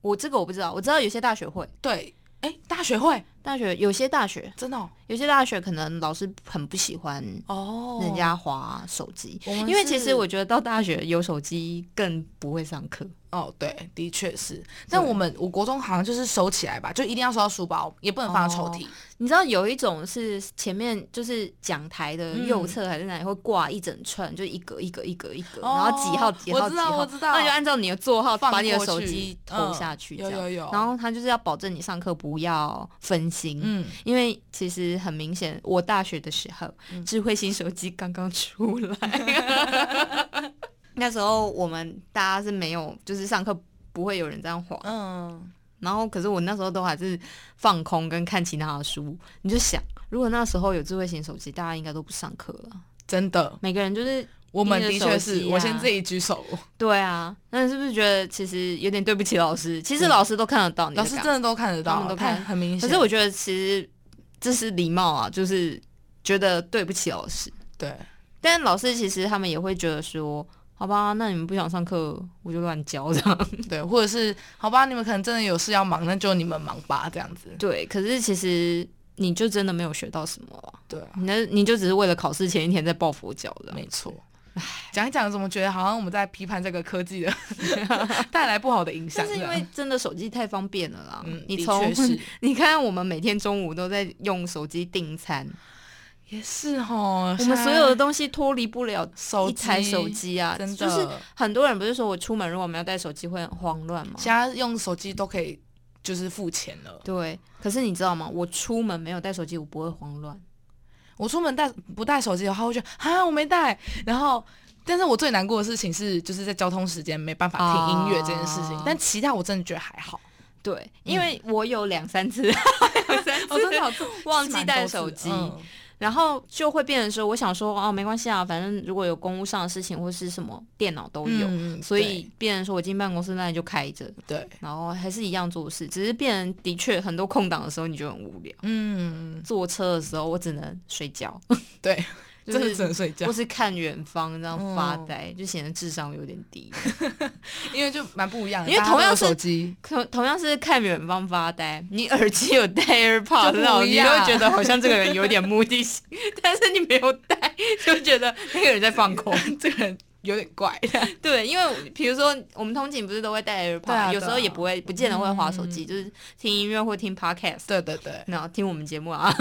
[SPEAKER 3] 我这个我不知道，我知道有些大学会，
[SPEAKER 4] 对，哎，大学会
[SPEAKER 3] 大学有些大学，
[SPEAKER 4] 真的哦
[SPEAKER 3] 有些大学可能老师很不喜欢
[SPEAKER 4] 哦
[SPEAKER 3] 人家划手机，
[SPEAKER 4] 我们
[SPEAKER 3] 因为其实
[SPEAKER 4] 是
[SPEAKER 3] 我觉得到大学有手机更不会上课。
[SPEAKER 4] 哦，对，的确是。但我们我国中好像就是收起来吧，就一定要收到书包，也不能放在抽屉。
[SPEAKER 3] 你知道有一种是前面就是讲台的
[SPEAKER 4] 嗯
[SPEAKER 3] 右侧还是哪里会挂一整串，就一格一格一格一格，
[SPEAKER 4] 哦
[SPEAKER 3] 然后几号几号
[SPEAKER 4] 我
[SPEAKER 3] 几
[SPEAKER 4] 知道
[SPEAKER 3] 号，
[SPEAKER 4] 我知道
[SPEAKER 3] 那你就按照你的座号
[SPEAKER 4] 放
[SPEAKER 3] 把你的
[SPEAKER 4] 过
[SPEAKER 3] 手
[SPEAKER 4] 去
[SPEAKER 3] 机投
[SPEAKER 4] 嗯
[SPEAKER 3] 下去，这
[SPEAKER 4] 有
[SPEAKER 3] 样
[SPEAKER 4] 有有
[SPEAKER 3] 然后他就是要保证你上课不要分心，
[SPEAKER 4] 嗯，
[SPEAKER 3] 因为其实很明显，我大学的时候，
[SPEAKER 4] 嗯
[SPEAKER 3] 智慧型手机刚刚出 来，那时候我们大家是没有，就是上课不会有人这样晃。
[SPEAKER 4] 嗯，
[SPEAKER 3] 然后，可是我那时候都还是放空跟看其他的书。你就想，如果那时候有智慧型手机，大家应该都不上课了，
[SPEAKER 4] 真的，
[SPEAKER 3] 每个人就是
[SPEAKER 4] 我们
[SPEAKER 3] 盯
[SPEAKER 4] 的
[SPEAKER 3] 着手
[SPEAKER 4] 确是、
[SPEAKER 3] 机啊
[SPEAKER 4] 我先自己举手，
[SPEAKER 3] 对啊。那是不是觉得其实有点对不起老师？其实老师都看得到你的
[SPEAKER 4] 老
[SPEAKER 3] 感
[SPEAKER 4] 师
[SPEAKER 3] 受，
[SPEAKER 4] 真的都看得
[SPEAKER 3] 他
[SPEAKER 4] 到，
[SPEAKER 3] 们都
[SPEAKER 4] 太
[SPEAKER 3] 看
[SPEAKER 4] 很明
[SPEAKER 3] 可
[SPEAKER 4] 显。
[SPEAKER 3] 是我觉得其实这是礼貌啊，就是觉得对不起老师。
[SPEAKER 4] 对，
[SPEAKER 3] 但老师其实他们也会觉得说，好吧，那你们不想上课，我就乱教这样。
[SPEAKER 4] 对，或者是好吧，你们可能真的有事要忙，那就你们忙吧，这样子。
[SPEAKER 3] 对，可是其实你就真的没有学到什么啊，
[SPEAKER 4] 对啊，
[SPEAKER 3] 你那你就只是为了考试前一天在抱佛脚的。
[SPEAKER 4] 没错。讲一讲，怎么觉得好像我们在批判这个科 技的带来不好的影响
[SPEAKER 3] 但
[SPEAKER 4] 这
[SPEAKER 3] 是
[SPEAKER 4] 样？
[SPEAKER 3] 因为真的手机太方便了啦，
[SPEAKER 4] 嗯，
[SPEAKER 3] 你
[SPEAKER 4] 的
[SPEAKER 3] 从
[SPEAKER 4] 确是
[SPEAKER 3] 你看我们每天中午都在用手机订餐，
[SPEAKER 4] 也是哦，
[SPEAKER 3] 我们所有的东西脱离不了
[SPEAKER 4] 手
[SPEAKER 3] 一台手
[SPEAKER 4] 机
[SPEAKER 3] 机啊，
[SPEAKER 4] 真的
[SPEAKER 3] 就是很多人不是说我出门如果没有带手机会很慌乱吗？
[SPEAKER 4] 现在用手机都可以就是付钱了。
[SPEAKER 3] 对，可是你知道吗？我出门没有带手机，我不会慌乱。
[SPEAKER 4] 我出门带不带手机的话，我会觉得啊我没带，然后。但是我最难过的事情是，就是在交通时间没办法听音乐这件事情。
[SPEAKER 3] 啊
[SPEAKER 4] 但其他我真的觉得还好，
[SPEAKER 3] 对，因为我有两三次，两三 次
[SPEAKER 4] 我、真的好
[SPEAKER 3] 忘记带手机，
[SPEAKER 4] 嗯
[SPEAKER 3] 然后就会变成说，我想说哦，没关系啊，反正如果有公务上的事情或是什么，电脑都有，
[SPEAKER 4] 嗯
[SPEAKER 3] 所以变成说我进办公室那你就开着，
[SPEAKER 4] 对，对
[SPEAKER 3] 然后还是一样做事，只是变成的确很多空档的时候你就很无聊。
[SPEAKER 4] 嗯，
[SPEAKER 3] 坐车的时候我只能睡 觉，
[SPEAKER 4] 对，
[SPEAKER 3] 就
[SPEAKER 4] 真的只
[SPEAKER 3] 是
[SPEAKER 4] 能睡觉
[SPEAKER 3] 或，是看远方这样发
[SPEAKER 4] 嗯
[SPEAKER 3] 呆，就显得智商有点低。
[SPEAKER 4] 因为就蛮不一样的。
[SPEAKER 3] 因为
[SPEAKER 4] 大家都
[SPEAKER 3] 同样
[SPEAKER 4] 有
[SPEAKER 3] 是
[SPEAKER 4] 手机，
[SPEAKER 3] 同同样是看远方发呆，你耳机有戴 AirPod，
[SPEAKER 4] 就不
[SPEAKER 3] 那种你
[SPEAKER 4] 一
[SPEAKER 3] 就
[SPEAKER 4] 样
[SPEAKER 3] 会觉得好像这个人有点目的性， 但是你没有戴，就觉得那个人在放 空。
[SPEAKER 4] 这个人有点怪。
[SPEAKER 3] 对，因为比如说我们通勤不是都会戴 AirPod，、
[SPEAKER 4] 对啊
[SPEAKER 3] 有时候
[SPEAKER 4] 对啊
[SPEAKER 3] 也不会，不见得会划手机，就是听音乐或听 Podcast，
[SPEAKER 4] 对对对，
[SPEAKER 3] 然后听我们节目 啊，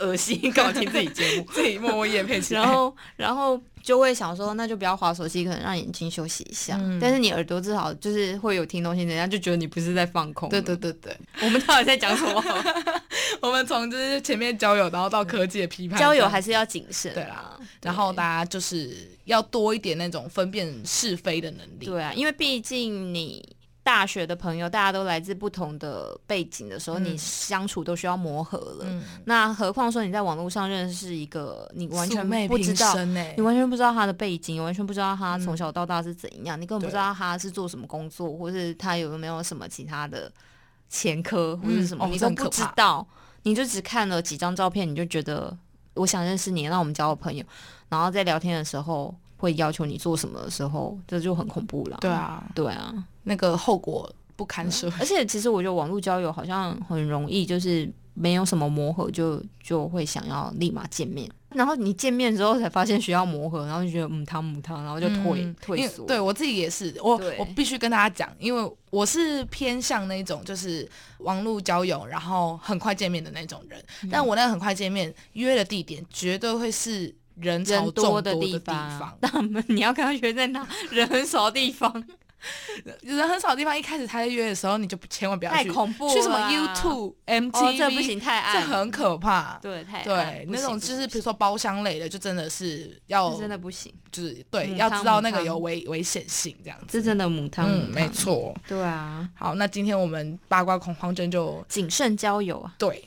[SPEAKER 3] 恶心，搞听自己节目。
[SPEAKER 4] 自己默默夜配起 来。
[SPEAKER 3] 然后，然后就会想说，那就不要划手机，可能让眼睛休息一下。
[SPEAKER 4] 嗯
[SPEAKER 3] 但是你耳朵至少就是会有听东西，人家就觉得你不是在放空。
[SPEAKER 4] 对对对对，
[SPEAKER 3] 我们到底在讲什么？
[SPEAKER 4] 我们从就是前面交友，然后到科技的批 判，
[SPEAKER 3] 交
[SPEAKER 4] 这
[SPEAKER 3] 友
[SPEAKER 4] 样
[SPEAKER 3] 还是要谨慎、啊
[SPEAKER 4] 对啦，然后大家就是要多一点那种分辨是非的能力。嗯
[SPEAKER 3] 对啊，因为毕竟你大学的朋友，大家都来自不同的背景的时候，
[SPEAKER 4] 嗯
[SPEAKER 3] 你相处都需要磨合了。
[SPEAKER 4] 嗯，
[SPEAKER 3] 那何况说你在网络上认识一个你完全
[SPEAKER 4] 素昧
[SPEAKER 3] 不知
[SPEAKER 4] 平
[SPEAKER 3] 道。
[SPEAKER 4] 生欸
[SPEAKER 3] 你完全不知道他的背景，你完全不知道他从
[SPEAKER 4] 嗯
[SPEAKER 3] 小到大是怎样，你根本不知道他是做什么工作，或是他有没有什么其他的前科或是什么，
[SPEAKER 4] 哦
[SPEAKER 3] 你都
[SPEAKER 4] 这很
[SPEAKER 3] 不
[SPEAKER 4] 可
[SPEAKER 3] 知
[SPEAKER 4] 怕
[SPEAKER 3] 道，你就只看了几张照片，你就觉得我想认识你，让我们交个朋友，然后在聊天的时候会要求你做什么的时候，这就很恐怖了。
[SPEAKER 4] 对，啊，
[SPEAKER 3] 对啊，
[SPEAKER 4] 那个后果不堪设。
[SPEAKER 3] 而且其实我觉得网络交友好像很容易，就是没有什么磨合就就会想要立马见面，然后你见面之后才发现需要磨合，然后就觉得嗯他母他，然后就退、
[SPEAKER 4] 嗯因
[SPEAKER 3] 退
[SPEAKER 4] 为
[SPEAKER 3] 缩。
[SPEAKER 4] 对我自己也是，我
[SPEAKER 3] 对
[SPEAKER 4] 我必须跟大家讲，因为我是偏向那种就是网络交友，然后很快见面的那种人。
[SPEAKER 3] 嗯
[SPEAKER 4] 但我那个很快见面约的地点，绝对会是人潮
[SPEAKER 3] 人
[SPEAKER 4] 众
[SPEAKER 3] 的
[SPEAKER 4] 的
[SPEAKER 3] 地
[SPEAKER 4] 方。
[SPEAKER 3] 那我们你要跟他约在哪人很少的地方，
[SPEAKER 4] 人很少的地方，一开始他在约的时候，你就不千万不要
[SPEAKER 3] 太
[SPEAKER 4] 去，
[SPEAKER 3] 恐怖了，
[SPEAKER 4] 去什么 YouTube、MTV，、
[SPEAKER 3] 哦，这不行，，太
[SPEAKER 4] 这
[SPEAKER 3] 暗，嗯
[SPEAKER 4] 很可怕。
[SPEAKER 3] 对，太暗
[SPEAKER 4] 对，
[SPEAKER 3] 不
[SPEAKER 4] 那
[SPEAKER 3] 行
[SPEAKER 4] 种
[SPEAKER 3] 不
[SPEAKER 4] 就是
[SPEAKER 3] 行
[SPEAKER 4] 比如说包厢类的，就真的是要
[SPEAKER 3] 这真的不行，
[SPEAKER 4] 就是对，
[SPEAKER 3] 母
[SPEAKER 4] 要
[SPEAKER 3] 嗯汤
[SPEAKER 4] 知道
[SPEAKER 3] 母
[SPEAKER 4] 那个
[SPEAKER 3] 汤
[SPEAKER 4] 有危危险性这样子。
[SPEAKER 3] 这真的母汤，
[SPEAKER 4] 嗯，
[SPEAKER 3] 母
[SPEAKER 4] 没
[SPEAKER 3] 汤，
[SPEAKER 4] 错。
[SPEAKER 3] 对啊，
[SPEAKER 4] 好，那今天我们八卦恐慌症就
[SPEAKER 3] 谨慎交友啊，
[SPEAKER 4] 对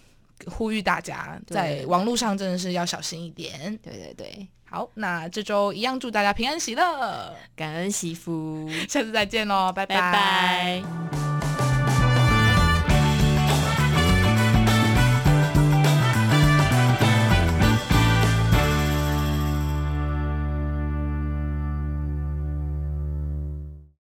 [SPEAKER 4] 呼吁大家，
[SPEAKER 3] 对
[SPEAKER 4] 在网络上真的是要小心一点。
[SPEAKER 3] 对对对，
[SPEAKER 4] 好，那这周一样祝大家平安喜乐，
[SPEAKER 3] 感恩媳妇，
[SPEAKER 4] 下次再见喽，拜
[SPEAKER 3] 拜拜。